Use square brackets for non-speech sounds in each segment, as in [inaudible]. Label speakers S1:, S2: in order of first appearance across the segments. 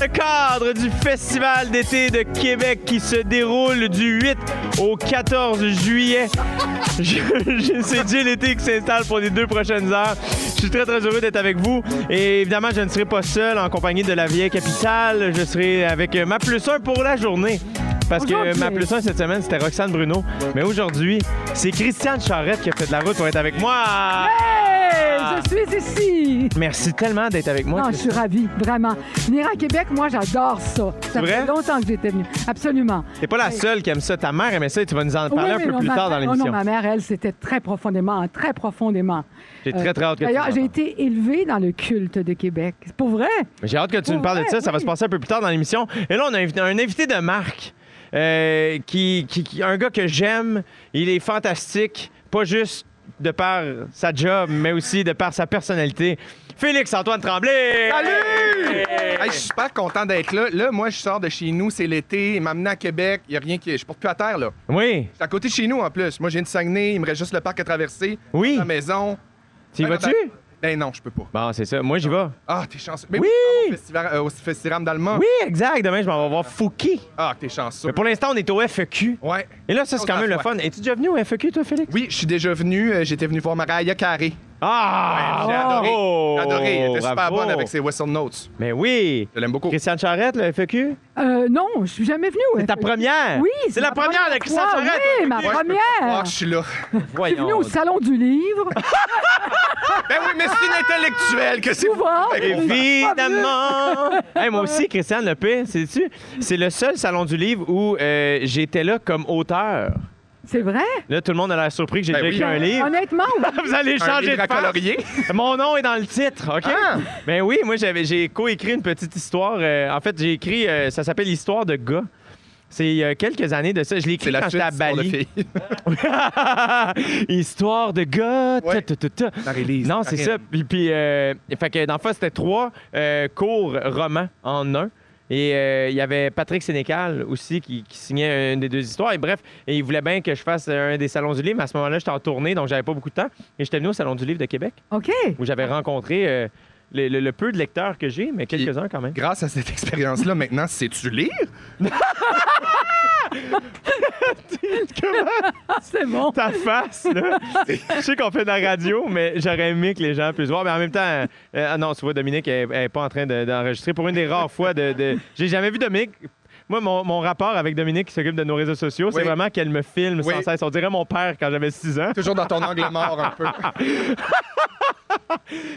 S1: le cadre du Festival d'été de Québec qui se déroule du 8 au 14 juillet. [laughs] Je- je- C'est Jill l'été qui s'installe pour les deux prochaines heures. Je suis très, très heureux d'être avec vous. Et évidemment, je ne serai pas seul en compagnie de la vieille capitale. Je serai avec ma plus 1 pour la journée. Parce que
S2: Aujourd'hui.
S1: ma plus 1 cette semaine, c'était Roxane Bruno. Mais aujourd'hui, c'est Christiane Charrette qui a fait de la route pour être avec moi.
S2: Hey, Euh, je suis ici.
S1: Merci tellement d'être avec moi.
S2: non, je
S1: Christiane.
S2: suis ravie, vraiment. Venir à Québec, moi, j'adore ça. Ça
S1: vrai?
S2: fait longtemps que j'étais venue. Absolument.
S1: T'es pas la seule qui aime ça. Ta mère aimait ça et tu vas nous en parler
S2: Oui,
S1: un
S2: oui,
S1: peu
S2: non,
S1: plus
S2: ma-
S1: tard dans
S2: oh non,
S1: l'émission.
S2: ma mère, elle, c'était très profondément, hein, très profondément.
S1: J'ai
S2: Euh,
S1: très, très hâte que tu
S2: D'ailleurs,
S1: nous
S2: j'ai
S1: en
S2: été élevée dans le culte de Québec. C'est pour vrai?
S1: Mais J'ai hâte que tu nous
S2: Pour
S1: parles de
S2: vrai,
S1: ça. Ça va
S2: oui.
S1: se passer un peu plus tard dans l'émission. Et là, on a invité- un invité de marque. euh, qui, qui- qui- un gars que j'aime. Il est fantastique. Pas juste de par sa job, mais aussi de par sa personnalité. Félix-Antoine Tremblay!
S3: Salut! Hey, je suis super content d'être là. Là, moi, je sors de chez nous, c'est l'été, m'amener à Québec, il a rien qui. Je porte plus à terre, là.
S1: Oui,
S3: C'est à côté de chez nous, en plus. Moi, j'ai une Saguenay, il me reste juste le parc à traverser.
S1: Oui.
S3: La maison.
S1: tu y
S3: Ben,
S1: vas-tu?
S3: ben, Ben non, je peux pas.
S1: Bon, c'est ça. Moi, j'y vais.
S3: Ah, t'es chanceux. Mais
S1: Oui!
S3: Au festival, euh, au festival d'Allemand.
S1: Oui, exact. Demain, je m'en vais voir Fouki.
S3: Ah, t'es chanceux.
S1: Mais pour l'instant, on est au FEQ.
S3: Ouais.
S1: Et là, ça, c'est quand même le fun. Es-tu déjà venu au FEQ, toi, Félix?
S3: Oui, je suis déjà venu. euh, J'étais venu voir Mariah Carré.
S1: Ah!
S3: J'ai adoré.
S1: Bravo!
S3: J'ai adoré. Elle était super
S1: Bravo!
S3: bonne avec ses Whistle Notes.
S1: Mais oui!
S3: Je l'aime beaucoup.
S1: Christiane Charrette, le FQ?
S2: Euh, non, je suis jamais venue. au
S1: C'est ta
S2: FEQ.
S1: première!
S2: Oui,
S1: c'est la
S2: ma
S1: première de Christiane
S2: fois.
S1: Charrette!
S2: Oui, ma
S3: Ouais, je peux
S2: première.
S3: pas croire que je suis là.
S2: Je suis venue au Salon du Livre.
S3: ben oui, mais c'est une intellectuelle que c'est.
S2: Souvent.
S3: Ben, gros.
S1: Évidemment! Hey, moi aussi, Christiane Le Pire, sais-tu? C'est le seul salon du livre où euh, j'étais là comme auteur.
S2: C'est vrai?
S1: Là, tout le monde a l'air surpris que j'ai
S3: Ben
S1: déjà
S3: oui.
S1: écrit un livre. [laughs]
S2: Honnêtement, oui.
S1: Vous allez
S3: Un
S1: changer
S3: livre
S1: de
S3: à
S1: face.
S3: colorier.
S1: Mon nom est dans le titre, OK?
S3: Ah!
S1: Ben oui, moi j'avais j'ai coécrit une petite histoire. euh, en fait, j'ai écrit euh, ça s'appelle Histoire de gars. C'est il y a quelques années de ça. Je l'ai écrit
S3: C'est la
S1: quand j'étais à Bali.
S3: fille.
S1: [laughs] Histoire de gars. ta,
S3: Ouais.
S1: ta, ta, ta.
S3: [laughs] Marie-Lise,
S1: Non, c'est
S3: Karine.
S1: ça. Puis, puis, euh, fait que dans le fond, c'était trois euh, courts romans en un. Et euh, il y avait Patrick Sénécal aussi qui, qui signait une des deux histoires. Et bref, et il voulait bien que je fasse un des salons du livre. Mais à ce moment-là, j'étais en tournée, donc j'avais pas beaucoup de temps. Et j'étais venu au Salon du livre de Québec
S2: OK.
S1: où j'avais rencontré euh, le, le- le peu de lecteurs que j'ai, mais quelques-uns quand même.
S3: Grâce à cette expérience-là, maintenant, sais-tu lire?
S2: Ah, c'est bon.
S1: Ta face, là. je sais qu'on fait de la radio, mais j'aurais aimé que les gens puissent voir. Mais en même temps, euh, ah non, tu vois, Dominique, elle n'est pas en train de- d'enregistrer. Pour une des rares fois de. de- J'ai jamais vu Dominique. Moi, mon, mon rapport avec Dominique qui s'occupe de nos réseaux sociaux, c'est
S3: Oui.
S1: vraiment qu'elle me filme sans
S3: Oui.
S1: cesse. On dirait mon père quand j'avais 6 ans.
S3: Toujours dans ton angle mort un peu.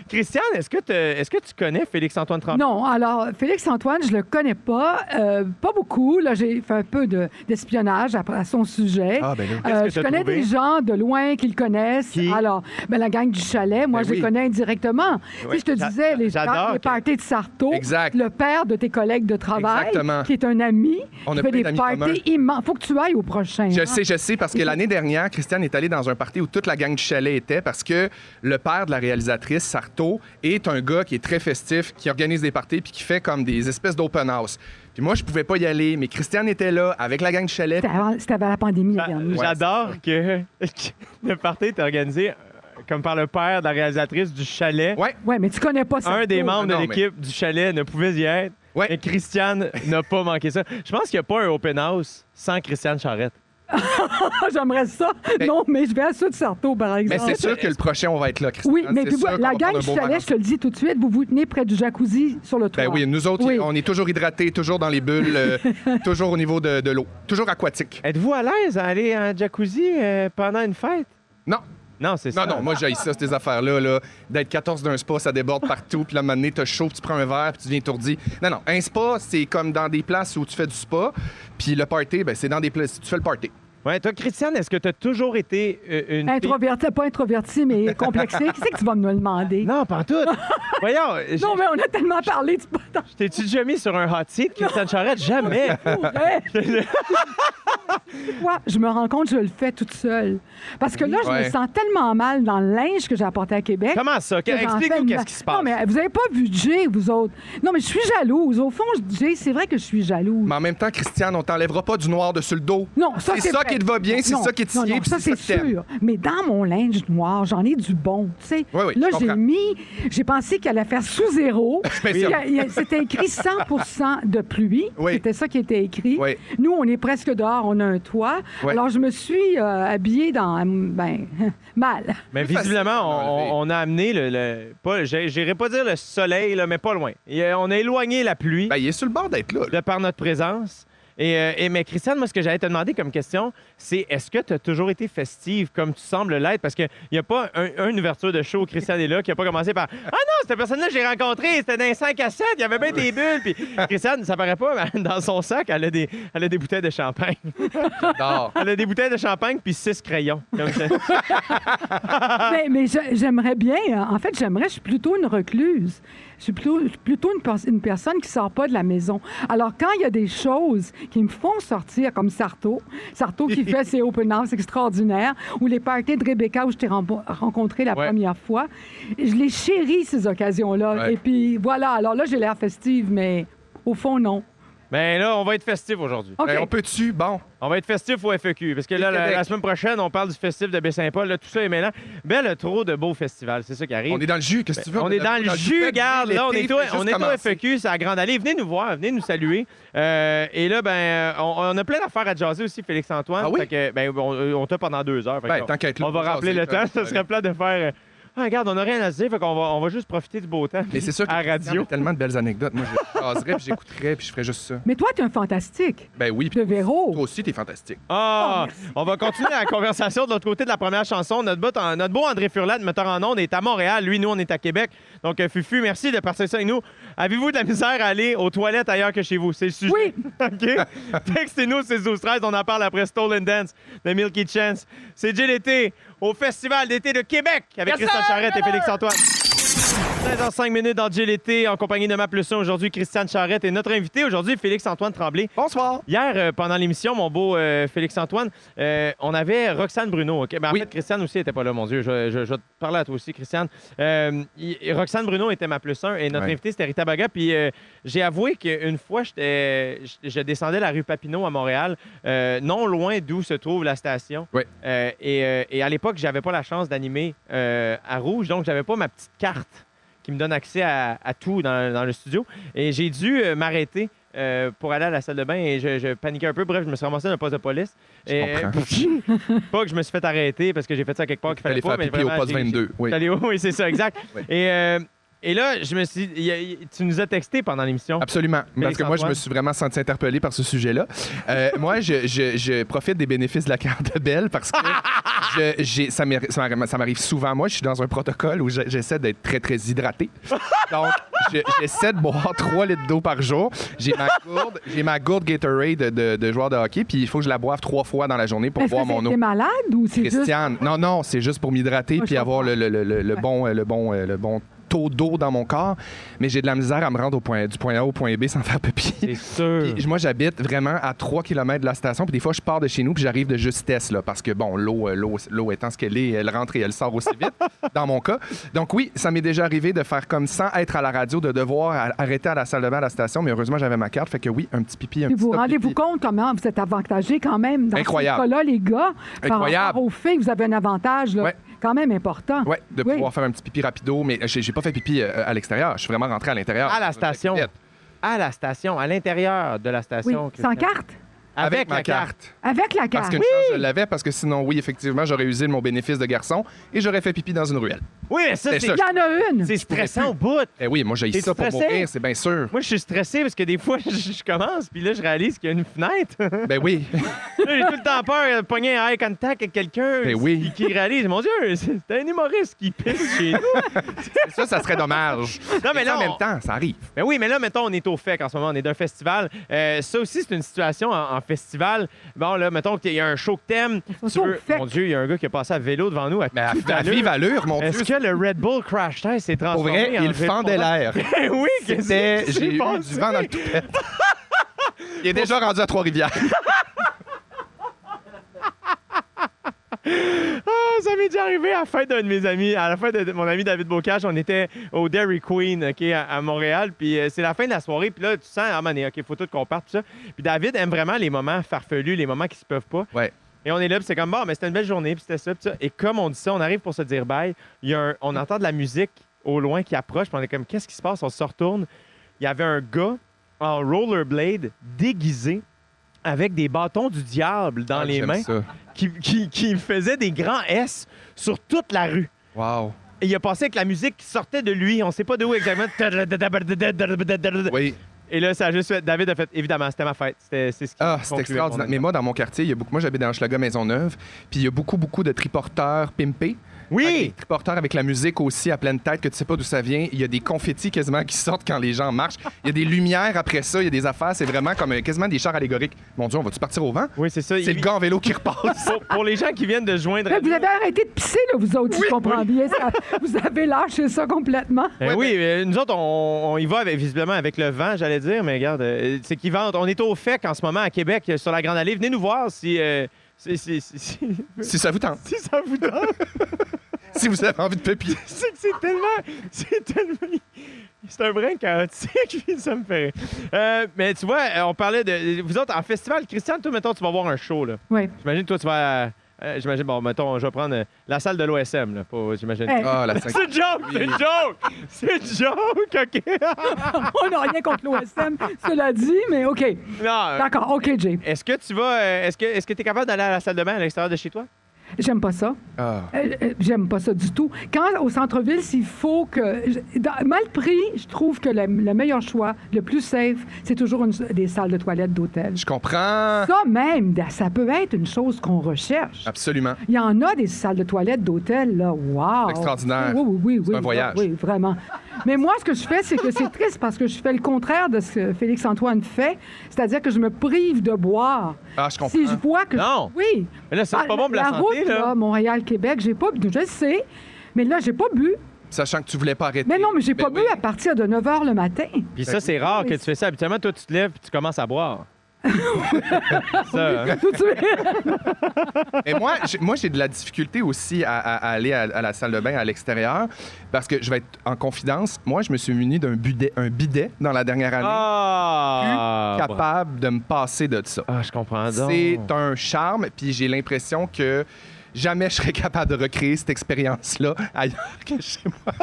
S1: Christiane, est-ce que, te- est-ce que tu connais Félix-Antoine
S3: Ah.
S1: Tremblay?
S2: Non, alors, Félix-Antoine, je le connais pas, euh, pas beaucoup. Là, j'ai fait un peu de- d'espionnage à, à son sujet.
S3: Ah, ben là.
S2: Euh,
S1: Qu'est-ce que
S2: je
S1: t'as
S2: connais
S1: trouvé?
S2: des gens de loin qui le connaissent.
S1: Qui?
S2: Alors, ben, la gang du chalet, moi,
S3: Ben
S2: je
S3: oui.
S2: les connais indirectement.
S1: Oui,
S2: Tu sais, je te
S1: j'a-
S2: disais, les,
S1: j'adore
S2: les
S1: que-
S2: parties de Sarto,
S3: Exact.
S2: le père de tes collègues de travail,
S3: Exactement.
S2: qui est un ami,
S3: On
S2: qui
S3: a
S2: fait
S3: plein
S2: des
S3: d'amis communs.
S2: parties immenses. faut que tu ailles au prochain.
S3: [laughs] Je
S2: hein.
S3: sais, je sais, parce que l'année dernière, Christiane est allée dans un party où toute la gang du chalet était, parce que le père de la réalisatrice, Sarto, est un gars qui est très festif, qui organise des parties, puis qui fait comme des espèces d'open house. Puis moi, je pouvais pas y aller, mais Christiane était là, avec la gang du chalet.
S2: C'était avant, c'était avant la pandémie.
S1: Ah,
S2: la dernière.
S1: J'adore que [laughs] le party est organisé euh, comme par le père de la réalisatrice du chalet.
S3: Ouais,
S2: Ouais, mais tu connais pas Sarto.
S1: Un des membres
S3: Ah non,
S1: de l'équipe du chalet ne pouvait y être.
S3: Ouais.
S1: Et Christiane n'a pas manqué ça. Je pense qu'il n'y a pas un open house sans Christiane Charrette.
S2: [laughs] Ah, J'aimerais ça.
S3: Ben-
S2: non, mais je vais à ceux de Sarto, par
S3: mais
S2: exemple.
S3: c'est sûr que le prochain, on va être là, Christiane.
S2: Oui, mais
S3: C'est
S2: puis
S3: sûr
S2: voilà,
S3: qu'on
S2: la
S3: va
S2: gang
S3: prendre
S2: du
S3: un beau
S2: chalet,
S3: moment.
S2: je te le dis tout de suite, vous vous tenez près du jacuzzi sur le toit.
S3: Ben oui, nous autres,
S2: Ah. Oui.
S3: on est toujours hydratés, toujours dans les bulles,
S2: [laughs]
S3: euh, toujours au niveau de, de l'eau, toujours aquatique.
S1: Êtes-vous à l'aise à aller en jacuzzi euh, pendant une fête?
S3: Non,
S1: Non, c'est ça.
S3: Non, non, moi, j'ai ça, ces affaires-là. Là, D'être 14 d'un spa, ça déborde partout. Puis là, à un moment donné, t'as chaud, puis tu prends un verre, puis tu viens étourdi. Non, non, un spa, c'est comme dans des places où tu fais du spa. Puis le party, ben, c'est dans des places. Tu fais le party.
S1: Ouais, toi, Christiane, est-ce que tu as toujours été euh, une. fille-
S2: Introverti, pas introverti,
S3: [laughs]
S2: mais complexé. Qu'est-ce que tu vas me le demander?
S1: Non, pas en tout.
S2: [laughs]
S1: Voyons, j-
S2: Non, mais on a tellement parlé, tu peux pas t'en-
S1: t'es-tu déjà mis sur un hot seat, Christiane Charette?
S2: [laughs]
S1: Jamais.
S2: Hey!
S3: [laughs]
S2: Quoi? Je me rends compte, je le fais toute seule. Parce que là, je
S3: Ouais.
S2: me sens tellement mal dans le linge que j'ai apporté à Québec.
S1: Comment ça?
S2: que j'en fais
S1: Explique-nous
S2: une-
S1: qu'est-ce qui se passe.
S2: Non, mais vous avez pas vu Jay, vous autres. Non, mais je suis jalouse. Au fond, Jay, c'est vrai que je suis jalouse.
S3: Mais en même temps, Christiane, on t'enlèvera pas du noir de sur le dos.
S2: Non, ça,
S3: C'est ça
S2: vrai.
S3: qui te va bien, c'est
S2: Non,
S3: ça qui te
S2: non,
S3: sied,
S2: non,
S3: puis
S2: ça,
S3: c'est
S2: c'est
S3: ça que t'aimes.
S2: sûr. Mais dans mon linge noir, j'en ai du bon, tu sais.
S3: Oui, oui,
S2: Là,
S3: je
S2: j'ai
S3: comprends.
S2: mis, j'ai pensé qu'il allait faire sous
S3: [laughs]
S2: zéro.
S3: Mais
S2: Il y a-
S3: ça-
S2: il y a- C'était écrit 100 de pluie.
S3: Oui.
S2: C'était ça qui était écrit.
S3: Oui.
S2: Nous, on est presque dehors, on a un toit.
S3: Oui.
S2: Alors, je me suis euh, habillée dans, ben, [laughs] mal.
S1: Mais
S3: Plus facile
S1: visiblement,
S3: à
S1: on-
S3: enlever.
S1: on, on a amené le. le pas, j'ai- j'irai pas dire le soleil, là, mais pas loin. Et, euh, on a éloigné la pluie
S3: Ben, il est sur le bord d'être là.
S1: de
S3: là.
S1: par notre présence. Et, euh, et- mais Christiane, moi, ce que j'allais te demander comme question, c'est est-ce que tu as toujours été festive comme tu sembles l'être? Parce qu'il n'y a pas un- une ouverture de show, où Christiane est là, qui n'a pas commencé par Ah non, cette personne-là, j'ai rencontrée, c'était dans un 5 à 7, il y avait bien des bulles. Puis Christiane, ça paraît pas, mais dans son sac, elle a des, elle a des bouteilles de champagne.
S3: Dors.
S1: Elle a des bouteilles de champagne puis six crayons. Comme
S3: [laughs]
S1: ça.
S2: Mais, mais je- j'aimerais bien. hein. En fait, j'aimerais. Je suis plutôt une recluse. Je suis plutôt, je suis plutôt une, pers- une personne qui sort pas de la maison. Alors, quand il y a des choses qui me font sortir, comme Sarto, Sarto
S3: [laughs]
S2: qui fait ses open house extraordinaires, ou les parties de Rebecca où je t'ai rempo- rencontré la
S1: Ouais.
S2: première fois, je les chéris, ces occasions-là.
S3: Ouais.
S2: Et puis, voilà. Alors là, j'ai l'air festive, mais au fond, non.
S1: Ben là, on va être festif aujourd'hui.
S2: OK.
S3: Ben, on peut-tu? Bon.
S1: On va être festif au FEQ, parce que là,
S3: Et
S1: la,
S3: Québec.
S1: la semaine prochaine, on parle du festif de Baie-Saint-Paul. là, Tout ça est mêlant. Belle, trop de beaux festivals, c'est ça qui arrive.
S3: On est dans le jus, qu'est-ce que tu veux?
S1: Ben, On est dans le jus,
S3: fait,
S1: regarde, là, on
S3: l'été,
S1: est, au-
S3: fait juste
S1: on est au
S3: commencer.
S1: FEQ, c'est à Grande Allée. Venez nous voir, venez nous saluer. Euh, et là, ben, euh, on, on a plein d'affaires à jaser aussi, Félix-Antoine.
S3: Ah oui?
S1: Fait que, ben, on, on t'a pendant deux heures. fait
S3: Ben,
S1: qu'on-
S3: tant qu'à être là,
S1: on va
S3: on va
S1: rappeler
S3: jaser,
S1: le temps, [laughs]
S3: allez,
S1: ça serait
S3: allez.
S1: plat de faire... euh, Ah, regarde, on n'a rien à se dire, fait qu'on va, on va juste profiter du beau temps
S3: Mais c'est sûr que
S1: à
S3: Christiane
S1: radio.
S3: a tellement de belles anecdotes. Moi, je [laughs] jaserais, puis j'écouterais, puis je ferais juste ça.
S2: Mais toi, t'es un fantastique.
S3: Ben oui,
S2: De
S3: puis
S2: Véro.
S3: toi aussi, t'es fantastique.
S1: Ah! on va continuer la conversation de l'autre côté de la première chanson. Notre, bot- notre beau André Furlan, metteur en ondes, est à Montréal. Lui, nous, on est à Québec. Donc, euh, Fufu, merci de partager ça avec nous. Avez-vous de la misère à aller aux toilettes ailleurs que chez vous? C'est le sujet.
S2: Oui.
S1: [laughs] OK? Textez-nous, c'est 12 13 On en parle après Stolen Dance de Milky Chance. C'est Jay l'été au Festival d'été de Québec avec Christophe Charrette et Félix-Antoine. 16h05 minutes dans Jay l'été en compagnie de ma plus un. aujourd'hui, Christiane Charrette et notre invité aujourd'hui, Félix-Antoine Tremblay.
S3: Bonsoir.
S1: Hier, euh, pendant l'émission, mon beau euh, Félix-Antoine, euh, on avait Roxane Bruno. OK? Ben, en
S3: Oui.
S1: fait, Christiane aussi n'était pas là, mon Dieu. Je, je- je vais te parler à toi aussi, Christiane. Euh, y- Roxane Bruno était ma plus un et notre
S3: Ouais.
S1: invité, c'était Rita Baga. Puis euh, j'ai avoué qu'une fois, j'étais- je, je descendais la rue Papineau à Montréal, euh, non loin d'où se trouve la station.
S3: Ouais.
S1: Euh, et, euh, et à l'époque, j'avais pas la chance d'animer euh, à Rouge, donc j'avais pas ma petite carte qui me donne accès à, à tout dans, dans le studio. Et j'ai dû euh, m'arrêter euh, pour aller à la salle de bain et je, je paniquais un peu. Bref, je me suis ramassé dans le poste de police.
S3: Je
S1: Et- [laughs] pas que je me suis fait arrêter parce que j'ai fait ça quelque part qu'il fallait
S3: T'allais
S1: pas.
S3: faire
S1: mais
S3: pipi au
S1: vraiment,
S3: poste
S1: j'ai-
S3: 22. Oui.
S1: J'étais allé- oui, c'est ça, exact.
S3: [laughs] Oui.
S1: Et, euh, et là, je me suis. il y a- il- tu nous as texté pendant l'émission.
S3: Absolument. Parce que moi, je
S1: Antoine.
S3: me suis vraiment senti interpellé par ce sujet-là. Euh, [laughs] moi, je, je- je profite des bénéfices de la carte de Belle
S1: [laughs]
S3: parce que je- j'ai- ça m'arri- ça m'arri- ça m'arrive souvent. Moi, je suis dans un protocole où j'ai- j'essaie d'être très, très hydraté. Donc, je- j'essaie de boire 3 litres d'eau par jour. J'ai ma gourde, j'ai ma gourde Gatorade de, de, de joueur de hockey, puis il faut que je la boive trois fois dans la journée pour
S2: Est-ce
S3: boire
S2: que
S3: mon
S2: c'est-
S3: eau.
S2: t'es malade ou c'est juste...
S3: Christiane. Non, non, c'est juste pour m'hydrater
S2: Moi,
S3: puis
S2: je
S3: avoir le,
S2: comprends.
S3: le- le- le- le bon, euh, le, bon, euh, le bon taux d'eau dans mon corps. Mais j'ai de la misère à me rendre au point, du point A au point B sans faire
S1: C'est
S3: pipi.
S1: sûr.
S3: [laughs] Puis, moi, j'habite vraiment à 3 km de la station. Puis des fois, je pars de chez nous puis j'arrive de justesse, là, parce que, bon, l'eau, euh, l'eau, l'eau étant ce qu'elle est, elle rentre et elle sort aussi
S1: [laughs]
S3: vite, dans mon cas. Donc oui, ça m'est déjà arrivé de faire comme sans être à la radio, de devoir à- arrêter à la salle de bain à la station. Mais heureusement, j'avais ma carte. Fait que oui, un petit pipi, un
S2: Puis
S3: petit
S2: vous
S3: stop
S2: rendez-vous
S3: pipi.
S2: compte comment vous êtes avantagé quand même dans
S3: Incroyable.
S2: ce cas-là, les gars. Par
S3: Incroyable.
S2: rapport aux filles, vous avez un avantage là,
S3: Ouais.
S2: quand même important.
S3: Ouais, de
S2: Oui.
S3: pouvoir faire un petit pipi rapido, mais j'ai j'ai pas fait pipi euh, à l'extérieur. Je suis vraiment rentré à l'intérieur.
S1: À la station. À la station, à l'intérieur de la
S2: Oui,
S1: station.
S2: Sans
S1: Christiane.
S2: carte?
S1: Avec,
S3: Avec, ma
S1: la
S3: carte.
S1: carte.
S2: Avec la
S3: Parce
S2: carte.
S3: qu'une chance, je l'avais, parce que sinon, oui, effectivement, j'aurais usé mon bénéfice de garçon et j'aurais fait pipi dans une ruelle.
S1: Oui, mais ça,
S3: C'est
S1: c'est
S3: ça.
S2: Il y en a une.
S1: c'est stressant au bout.
S3: Eh oui, moi, j'ai
S1: T'es
S3: ça pour
S1: stressé?
S3: mourir, c'est bien sûr.
S1: [laughs] Moi, je suis stressé parce que des fois, je, je commence, puis là, je réalise qu'il y a une fenêtre. [laughs]
S3: Ben oui. [laughs]
S1: Là, J'ai tout le temps peur de pogner un eye contact avec quelqu'un
S3: Ben oui.
S1: qui- qui réalise, mon Dieu, [laughs] c'est c'est un humoriste qui pisse chez
S3: [laughs]
S1: nous.
S3: Ça, ça serait dommage.
S1: Non, mais
S3: Et
S1: là,
S3: en
S1: on-
S3: même temps, ça arrive.
S1: Mais Ben oui, mais là, mettons, on est au FEC en ce moment, on est d'un festival. Euh, ça aussi, c'est une situation en, en festival. Bon, là, mettons qu'il y a un show que t'aimes.
S2: Faut
S1: Tu
S2: ça au
S1: veux...
S2: FEC.
S1: Mon Dieu, il y a un gars qui a passé à vélo devant nous. À
S3: Mais à,
S1: toute
S3: à
S1: allure.
S3: vive allure, mon Dieu.
S1: Est-ce que le Red Bull Crash Test s'est
S3: Pour
S1: transformé
S3: vrai,
S1: en
S3: il
S1: Red Bull- [laughs]
S3: fendait l'air.
S1: Ben oui, qu'est-ce
S3: C'était-
S1: que
S3: J'ai eu
S1: passé?
S3: du vent dans le toupet. Il est déjà rendu à Trois-Rivières.
S1: Ah, ça m'est déjà arrivé à la fête d'un de mes amis, à la fête de mon ami David Bocage, on était au Dairy Queen, OK, à, à Montréal, puis euh, c'est la fin de la soirée, puis là, tu sens, ah, man, OK, faut tout qu'on parte, tout ça. Puis David aime vraiment les moments farfelus, les moments qui se peuvent pas.
S3: Ouais.
S1: Et on est là, puis c'est comme, bon, mais c'était une belle journée, puis c'était ça, puis ça. Et comme on dit ça, on arrive pour se dire bye, il y a un- on entend de la musique au loin qui approche, puis on est comme, qu'est-ce qui se passe? On se retourne. Il y avait un gars en rollerblade déguisé avec des bâtons du diable dans
S3: Ah,
S1: les
S3: j'aime
S1: mains
S3: ça.
S1: qui, qui- qui faisait des grands S sur toute la rue.
S3: Wow.
S1: Et il a passé avec la musique qui sortait de lui. On sait pas d'où exactement.
S3: [laughs] Oui.
S1: Et là, ça a juste fait. David a fait. Évidemment, c'était ma fête. C'était, c'est ce qui
S3: Ah, c'est
S1: concluait mon
S3: extraordinaire.
S1: année.
S3: Mais moi, dans mon quartier, il y a beaucoup... moi, j'habite dans Hochelaga Maisonneuve, puis il y a beaucoup, beaucoup de triporteurs pimpés. Fait que
S1: Oui!
S3: Des triporteurs avec la musique aussi à pleine tête, que tu sais pas d'où ça vient. Il y a des confettis quasiment qui sortent quand les gens marchent. Il y a des lumières après ça, il y a des affaires. C'est vraiment comme euh, quasiment des chars allégoriques. Mon Dieu, on va-tu partir au vent?
S1: Oui, c'est ça.
S3: C'est
S1: Il-
S3: le gars en vélo qui
S2: [laughs]
S3: repasse.
S1: [laughs] Pour, pour les gens qui viennent de se joindre. à
S2: Fait que
S1: nous-
S2: vous avez arrêté de pisser, là, vous autres, si je comprends bien. ça. vous avez lâché ça complètement.
S1: Ben oui, euh, nous autres, on, on y va avec- visiblement avec le vent, j'allais dire, mais regarde, euh, c'est qu'ils vendent. On est au FEC en ce moment à Québec, euh, sur la Grande Allée. Venez nous voir si, euh, si, si, si- [laughs] si-
S3: si ça vous tente.
S1: si ça vous donne.
S3: Si vous avez envie de pépier.
S1: c'est que c'est tellement. C'est tellement. C'est un brin chaotique, [laughs] puis ça me fait rire. Euh, mais tu vois, euh, on parlait de. Vous autres, en festival, Christian, toi, mettons, tu vas voir un show, là.
S2: Oui.
S1: J'imagine, toi, tu vas. à- euh, J'imagine, bon, mettons, je vais prendre euh, la salle de l'OSM, là. pas- J'imagine.
S2: Hey. [laughs]
S3: Ah, la
S1: C'est une joke, c'est une joke! C'est une joke, OK?
S2: On n'a rien contre l'OSM, cela dit, mais OK.
S1: [laughs] non. euh,
S2: D'accord, OK, Jay.
S1: Est-ce que tu vas. euh, Est-ce que est-ce que tu es capable d'aller à la salle de bain à l'extérieur de chez toi?
S2: J'aime pas ça.
S3: Ah.
S2: Euh, euh, J'aime pas ça du tout. Quand au centre-ville, s'il faut que. je- dans- mal pris, je trouve que le, le meilleur choix, le plus safe, c'est toujours une- des salles de toilettes d'hôtel.
S3: Je comprends.
S2: Ça même, ça peut être une chose qu'on recherche.
S3: Absolument.
S2: Il y en a des salles de toilettes d'hôtel, là. Wow!
S3: Extraordinaire.
S2: Oui, oui, oui.
S3: C'est
S2: oui,
S3: un voyage.
S2: Oui, vraiment. Mais moi, ce que je fais, c'est que c'est triste parce que je fais le contraire de ce que Félix-Antoine fait, c'est-à-dire que je me prive de boire.
S3: Ah, je comprends.
S2: Si je vois que.
S1: Non.
S2: Oui.
S1: Mais là, ça, c'est
S2: Ah,
S1: pas bon pour la
S2: route,
S1: santé, là.
S2: Montréal-Québec, j'ai pas bu. Je le sais. Mais là, j'ai pas bu.
S3: Sachant que tu voulais pas arrêter.
S2: Mais non, mais j'ai
S3: Ben
S2: pas bu
S3: oui.
S2: à partir de 9 h
S1: [laughs]
S2: le matin.
S1: Puis ça, c'est rare que tu fais ça. Habituellement, toi, tu te lèves puis tu commences à boire.
S2: [laughs]
S1: ça, hein?
S2: Tout de suite.
S3: Et moi, j'ai- moi, j'ai de la difficulté aussi à, à- à aller à, à la salle de bain à l'extérieur parce que je vais être en confidence. Moi, je me suis muni d'un bidet, un bidet dans la dernière année.
S1: Ah!
S3: capable de me passer de ça.
S1: Ah, je comprends donc.
S3: C'est un charme, puis j'ai l'impression que jamais je serais capable de recréer cette expérience-là ailleurs que chez moi.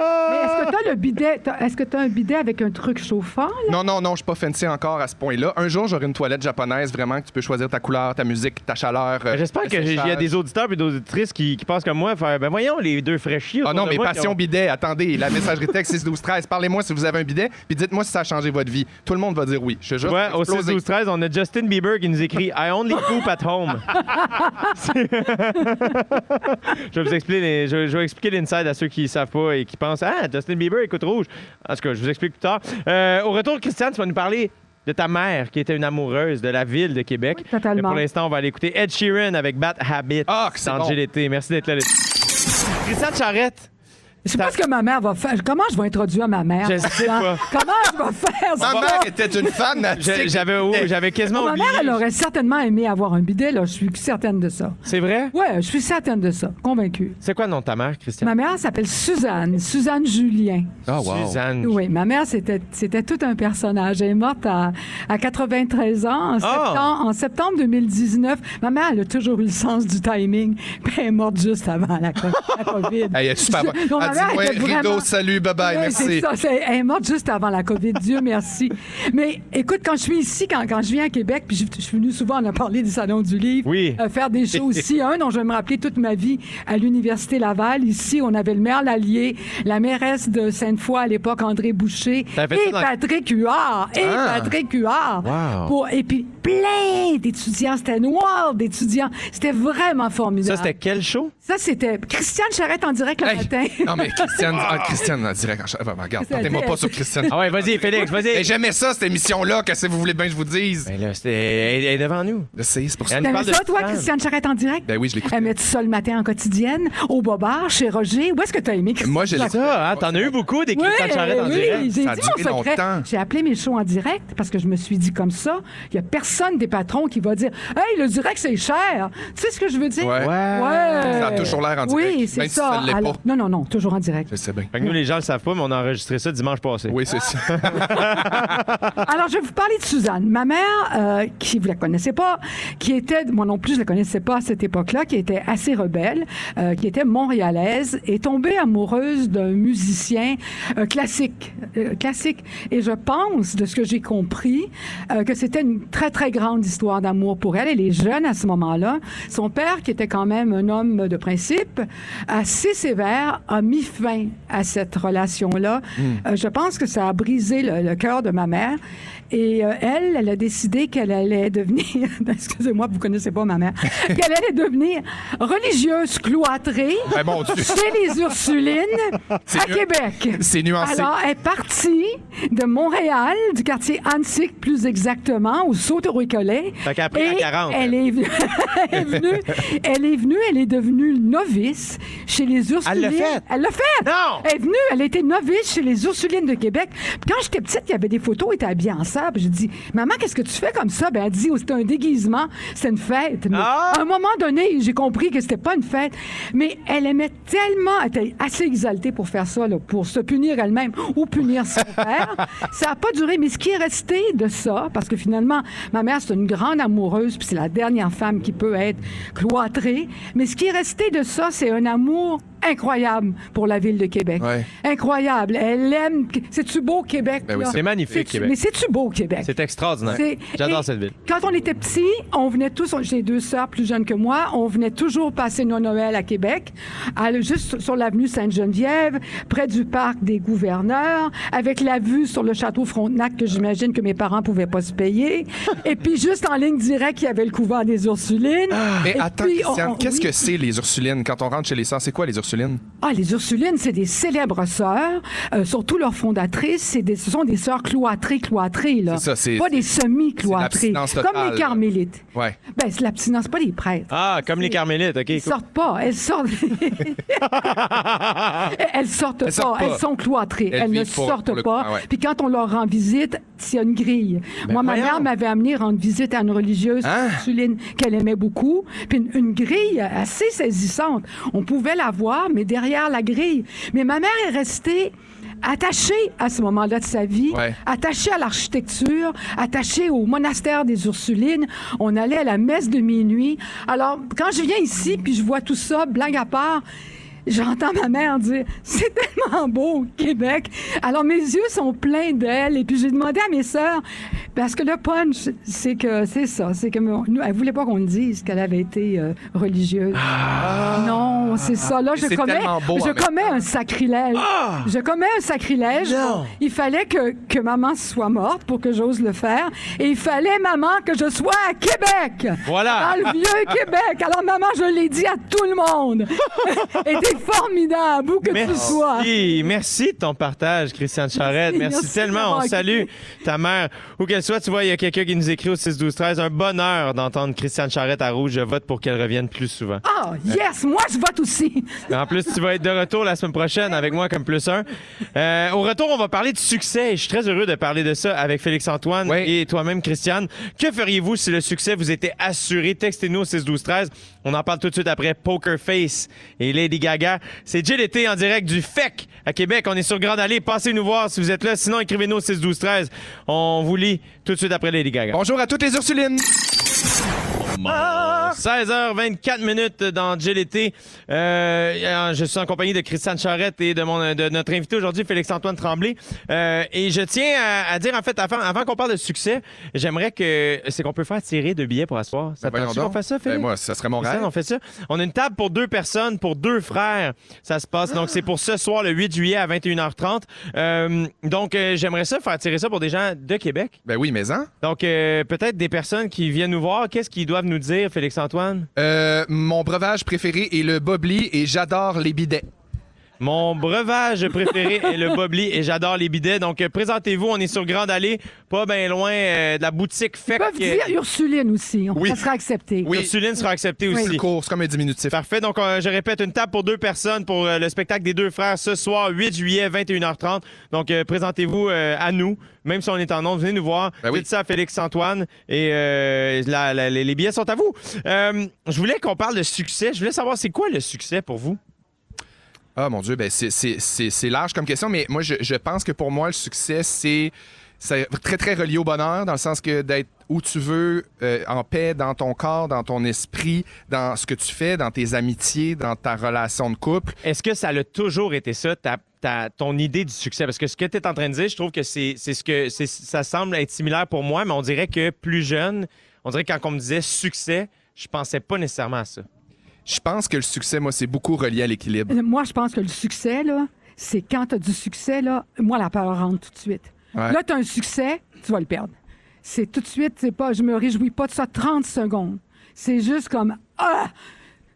S2: Mais est-ce que t'as le bidet? t'as- Est-ce que t'as un bidet avec un truc chauffant, là?
S3: Non, non, non, je suis pas fancy encore à ce point-là. Un jour, j'aurai une toilette japonaise vraiment que tu peux choisir ta couleur, ta musique, ta chaleur. euh,
S1: J'espère
S3: le
S1: que j'ai- il y a
S3: séchage.
S1: des auditeurs et des auditrices qui, qui pensent comme moi, faire ben voyons les deux fraîchis.
S3: Ah
S1: autour
S3: non,
S1: de
S3: mais
S1: moi
S3: passion
S1: qui
S3: bidet, attendez, la messagerie texte 6 12 13 parlez-moi si vous avez un bidet, puis dites-moi si ça a changé votre vie. Tout le monde va dire oui. Je suis
S1: ont-
S3: juste
S1: Tu vois, au 6
S3: explosé.
S1: 12 13, on a Justin Bieber qui nous écrit I only poop at
S3: [laughs]
S1: home. C'est- je vais vous expliquer les- je, je vais expliquer l'inside à ceux qui savent pas et qui pensent ah Justin Bieber écoute rouge. En tout cas, je vous explique plus tard. Euh, au retour, Christiane, tu vas nous parler de ta mère qui était une amoureuse de la ville de Québec.
S2: Oui, totalement.
S1: Mais pour l'instant, on va aller écouter Ed Sheeran avec Bat Habit.
S3: Ah, que c'est
S1: dans
S3: bon.
S1: GLT. Merci d'être là. les- Christiane Charrette.
S2: Je sais pas ce que ma mère va faire. Comment je vais introduire ma mère? Hein?
S1: Je sais pas.
S2: Comment je vais faire ça?
S3: Ma mère était une fan
S1: J'ai- J'avais oh, j'avais quasiment
S2: Ma
S1: oublié.
S2: mère, elle aurait certainement aimé avoir un bidet, là. Je suis certaine de ça.
S1: C'est vrai?
S2: Ouais, je suis certaine de ça. Convaincue.
S1: C'est quoi le nom de ta mère, Christiane?
S2: Ma mère s'appelle Suzanne, Suzanne Julien.
S3: Ah, wow.
S1: Suzanne.
S2: Oui, ma mère, c'était c'était tout un personnage. Elle est morte à, à 93 ans, en
S3: Ah!
S2: septembre, en septembre 2019. Ma mère, elle a toujours eu le sens du timing. Puis elle est morte juste avant la, co- la COVID.
S3: Elle est super bonne.
S2: [laughs] Non,
S3: Elle
S2: ma mère
S3: dit, ouais,
S2: était vraiment-
S3: rideau, salut, bye-bye,
S2: Oui,
S3: merci.
S2: C'est ça, c'est- elle est morte juste avant la COVID. Dieu merci. Mais écoute, quand je suis ici, quand, quand je viens à Québec, puis je, je suis venue souvent, on a parlé du Salon du Livre,
S1: Oui.
S2: euh, faire des
S1: [laughs]
S2: shows aussi. Un dont je vais me rappeler toute ma vie à l'Université Laval. Ici, on avait le maire Lallier, la mairesse de Sainte-Foy à l'époque, André Boucher,
S1: T'avais fait
S2: et
S1: ça dans-
S2: Patrick Huard. Et
S3: Ah.
S2: Patrick Huard.
S1: Wow.
S2: Pour- et puis, plein d'étudiants. C'était noir d'étudiants. C'était vraiment formidable.
S1: Ça, c'était quel show?
S2: Ça, c'était Christiane Charrette en direct le
S3: Hey!
S2: matin. [laughs]
S3: Non, mais Christiane, ah, Christiane, en direct. en cha- Ah, regarde,
S2: Ça
S3: tentez-moi
S2: dit-
S3: pas sur Christiane.
S1: Ah ouais, vas-y, Félix,
S3: Et
S1: vas-y.
S3: J'aimais ça, cette émission-là. Qu'est-ce que vous voulez bien que je vous dise?
S1: Mais là, c'était... Elle elle est devant nous.
S3: Je sais, c'est pour ça.
S1: Elle nous
S2: T'aimais
S1: parle de
S2: ça, toi,
S1: Christiane.
S2: Christiane Charrette en direct?
S3: Ben oui, je l'écoute.
S2: Aimais-tu ça le matin en quotidienne? Au Bobard, chez Roger? Où est-ce que t'as aimé, Christiane?
S3: Moi, je l'ai-
S1: Ça, hein, t'en as eu beaucoup des
S2: Oui,
S1: Christiane Charrette en
S2: oui,
S1: direct.
S2: j'ai
S3: Ça a
S2: dit
S3: duré
S2: mon secret.
S3: longtemps.
S2: J'ai appelé mes shows en direct parce que je me suis dit comme ça, il n'y a personne des patrons qui va dire Hey, le direct, c'est cher. Tu sais ce que je veux dire?
S3: Ouais.
S2: Ouais.
S3: Ça a toujours l'air en
S2: Oui,
S3: direct,
S2: c'est
S3: même si
S2: ça.
S3: ça l'est
S2: Alors-
S3: pas.
S2: non, non, non, toujours en direct.
S3: Je sais bien.
S1: Fait que nous, les gens le savent pas, mais on a enregistré ça dimanche passé.
S3: Oui, c'est ça.
S2: Ah. Alors, je vais vous parler de Suzanne. Ma mère, euh, qui vous la connaissez pas, qui était, moi non plus, je la connaissais pas à cette époque-là, qui était assez rebelle, euh, qui était montréalaise, est tombée amoureuse d'un musicien euh, classique, euh, classique. Et je pense, de ce que j'ai compris, euh, que c'était une très très grande histoire d'amour pour elle. Elle est jeune à ce moment-là. Son père, qui était quand même un homme de principe, assez sévère, a mis fin à cette relation-là.
S3: Hmm.
S2: Euh, je pense que ça a brisé le, le cœur de ma mère. Et euh, elle, elle a décidé qu'elle allait devenir, [laughs] Ben, excusez-moi, vous connaissez pas
S3: [laughs]
S2: ma mère, qu'elle allait devenir religieuse cloîtrée
S3: Ben, mon Dieu.
S2: chez les Ursulines à
S3: nu-
S2: Québec.
S3: c'est nuancé.
S2: Alors, elle est partie de Montréal, du quartier Antique plus exactement, au saut collet
S1: Fait qu'elle a pris la 40.
S2: Elle est, venue, [laughs] elle, est venue, elle est venue, elle est devenue novice chez les Ursulines.
S1: Elle l'a fait?
S2: Elle l'a fait!
S1: Non!
S2: Elle est venue, elle était novice chez les Ursulines de Québec. Puis quand j'étais petite, il y avait des photos, elle était habillée en sable. J'ai dit, maman, qu'est-ce que tu fais comme ça? Ben, elle dit, oh, c'était un déguisement, c'était une fête. Mais
S1: Ah!
S2: à un moment donné, j'ai compris que c'était pas une fête. Mais elle aimait tellement, elle était assez exaltée pour faire ça, là, pour se punir elle-même ou punir son père. Ça a pas duré, mais ce qui est resté de ça, parce que finalement, ma mère, c'est une grande amoureuse, puis c'est la dernière femme qui peut être cloîtrée. Mais ce qui est resté de ça, c'est un amour incroyable pour la ville de Québec.
S3: Ouais.
S2: Incroyable. Elle aime. C'est-tu beau, Québec?
S3: Ben oui,
S2: là?
S1: C'est magnifique,
S2: C'est-tu-
S1: Québec.
S2: Mais c'est-tu beau, Québec?
S1: C'est extraordinaire.
S2: C'est-
S1: J'adore
S2: et
S1: cette ville.
S2: Quand on était petits, on venait tous, on- j'ai deux sœurs plus jeunes que moi, on venait toujours passer nos Noël à Québec, à le- juste sur- sur l'avenue Sainte-Geneviève, près du parc des gouverneurs, avec la vue sur le château Frontenac que j'imagine que mes parents pouvaient pas se payer. et puis juste en ligne directe, il y avait le couvent des Ursulines.
S3: Ah. Mais
S2: Et
S3: attends,
S2: puis, on-
S3: Christiane,
S2: on-
S3: qu'est-ce
S2: oui.
S3: que c'est les Ursulines? Quand on rentre chez les sœurs, c'est quoi les Ursulines?
S2: Ah, les Ursulines, c'est des célèbres sœurs, euh, surtout leurs fondatrices, c'est des, ce sont des sœurs cloîtrées, cloîtrées, là.
S3: C'est ça, c'est-
S2: Pas des semi-cloîtrées.
S3: l'abstinence totale,
S2: Comme
S3: là.
S2: les carmélites.
S3: Ouais.
S2: Ben, c'est l'abstinence, pas les prêtres.
S1: Ah, comme les Carmélites, OK.
S2: Elles
S1: cool.
S2: sortent pas, elles
S3: [laughs]
S2: sortent. elles sortent
S3: Elles
S2: pas,
S3: sortent pas.
S2: elles sont cloîtrées,
S3: Elles
S2: elles, ne
S3: vivent pour-
S2: sortent
S3: pour le-
S2: pas.
S3: Ah ouais. Ben
S2: Puis quand on leur rend visite, il y a une grille. Moi, ma
S1: voyons.
S2: mère m'avait amené rendre visite à une religieuse
S3: Hein?
S2: ursuline qu'elle aimait beaucoup, puis une, une grille assez saisissante. On pouvait la voir, mais derrière la grille. Mais ma mère est restée attachée à ce moment-là de sa vie,
S3: Ouais.
S2: attachée à l'architecture, attachée au monastère des Ursulines. On allait à la messe de minuit. Alors, quand je viens ici, puis je vois tout ça, blague à part, j'entends ma mère dire « C'est tellement beau, Québec! » Alors, mes yeux sont pleins d'elle. Et puis, j'ai demandé à mes sœurs, parce que le punch, c'est que c'est ça, c'est que mon- nous, elle voulait pas qu'on le dise qu'elle avait été euh, religieuse. Non, c'est ça. Là,
S3: Mais
S2: je
S3: Ah. c'est
S2: commets,
S3: tellement beau en
S2: je
S3: même
S2: commets un sacrilège. Je commets un sacrilège.
S1: Ah! Non.
S2: Il fallait que, que maman soit morte pour que j'ose le faire. Et il fallait, maman, que je sois à Québec.
S1: Voilà.
S2: Dans le
S1: [laughs]
S2: vieux Québec. Alors, maman, je l'ai dit à tout le monde. Et t'es formidable, où que tu sois.
S1: Merci, merci de ton partage, Christiane Charette. Merci,
S2: Merci, merci
S1: tellement.
S2: d'avoir
S1: On salue ta mère. Où qu'elle soit, tu vois, il y a quelqu'un qui nous écrit au 6-12-13. Un bonheur d'entendre Christiane Charette à Rouge. Je vote pour qu'elle revienne plus souvent.
S2: Ah, yes, moi, je vote aussi.
S1: Mais En plus, tu vas être de retour la semaine prochaine avec moi comme plus un. Euh, au retour, on va parler de succès. Je suis très heureux de parler de ça avec Félix-Antoine
S3: Oui.
S1: et toi-même, Christiane. Que feriez-vous si le succès vous était assuré? Textez-nous au 6-12-13. On en parle tout de suite après Poker Face et Lady Gaga. C'est Jill Été en direct du FEC à Québec. On est sur Grande Allée. Passez nous voir si vous êtes là. Sinon, écrivez-nous au 6-12-13. On vous lit tout de suite après Lady Gaga.
S3: Bonjour à toutes les Ursulines!
S1: 16h24 minutes dans Jill l'été. Euh, je suis en compagnie de Christiane Charrette et de, mon, de notre invité aujourd'hui, Félix-Antoine Tremblay. Euh, et je tiens à, à dire, en fait, avant, avant qu'on parle de succès, j'aimerais que c'est qu'on peut faire tirer deux billets pour asseoir. Ça te
S3: Voyons
S1: tente-tu qu'on
S3: donc.
S1: fasse ça, Félix?
S3: Ben, moi, ça serait mon
S1: Christiane,
S3: rêve.
S1: on fait ça. On a une table pour deux personnes, pour deux frères. Ça se passe. Donc, c'est pour ce soir, le 8 juillet à 21h30. Euh, donc, euh, j'aimerais ça faire tirer ça pour des gens de Québec.
S3: Ben oui, mais en.
S1: Donc, euh, peut-être des personnes qui viennent nous voir. Qu'est-ce qu'ils doivent nous dire, Félix-Antoine?
S3: Euh, mon breuvage préféré est le bobli et j'adore les bidets.
S1: Mon breuvage préféré est le bobli et j'adore les bidets. Donc, euh, présentez-vous. On est sur Grande Allée, pas bien loin euh, de la boutique FEC.
S2: Ils peuvent dire Ursuline aussi. On
S3: Oui.
S2: Ça sera accepté.
S3: Oui.
S1: Ursuline sera acceptée
S3: C'est
S1: aussi.
S3: court, c'est comme un diminutif.
S1: Parfait. Donc, euh, je répète, une table pour deux personnes pour euh, le spectacle des deux frères ce soir, 8 juillet, 21h30. Donc, euh, présentez-vous euh, à nous, même si on est en ondes. Venez nous voir.
S3: Ben oui.
S1: Dites ça à Félix-Antoine et euh, la- la- les les billets sont à vous. Euh, je voulais qu'on parle de succès. Je voulais savoir, c'est quoi le succès pour vous?
S3: Ah mon Dieu, ben c'est- c'est c'est- c'est large comme question, mais moi je, je pense que pour moi le succès c'est c'est très très relié au bonheur dans le sens que d'être où tu veux euh, en paix dans ton corps, dans ton esprit, dans ce que tu fais, dans tes amitiés, dans ta relation de couple.
S1: Est-ce que ça l'a toujours été ça, ta, ta- ton idée du succès? Parce que ce que tu es en train de dire, je trouve que c'est c'est ce que c'est- ça semble être similaire pour moi, mais on dirait que plus jeune, on dirait que quand on me disait succès, je pensais pas nécessairement à ça.
S3: Je pense que le succès moi c'est beaucoup relié à l'équilibre.
S2: Euh, Moi, je pense que le succès, là, c'est quand tu as du succès, là, moi, la peur rentre tout de suite.
S3: Ouais.
S2: Là, tu as un succès, tu vas le perdre. C'est tout de suite, c'est pas, je me réjouis pas de ça 30 secondes. C'est juste comme, ah,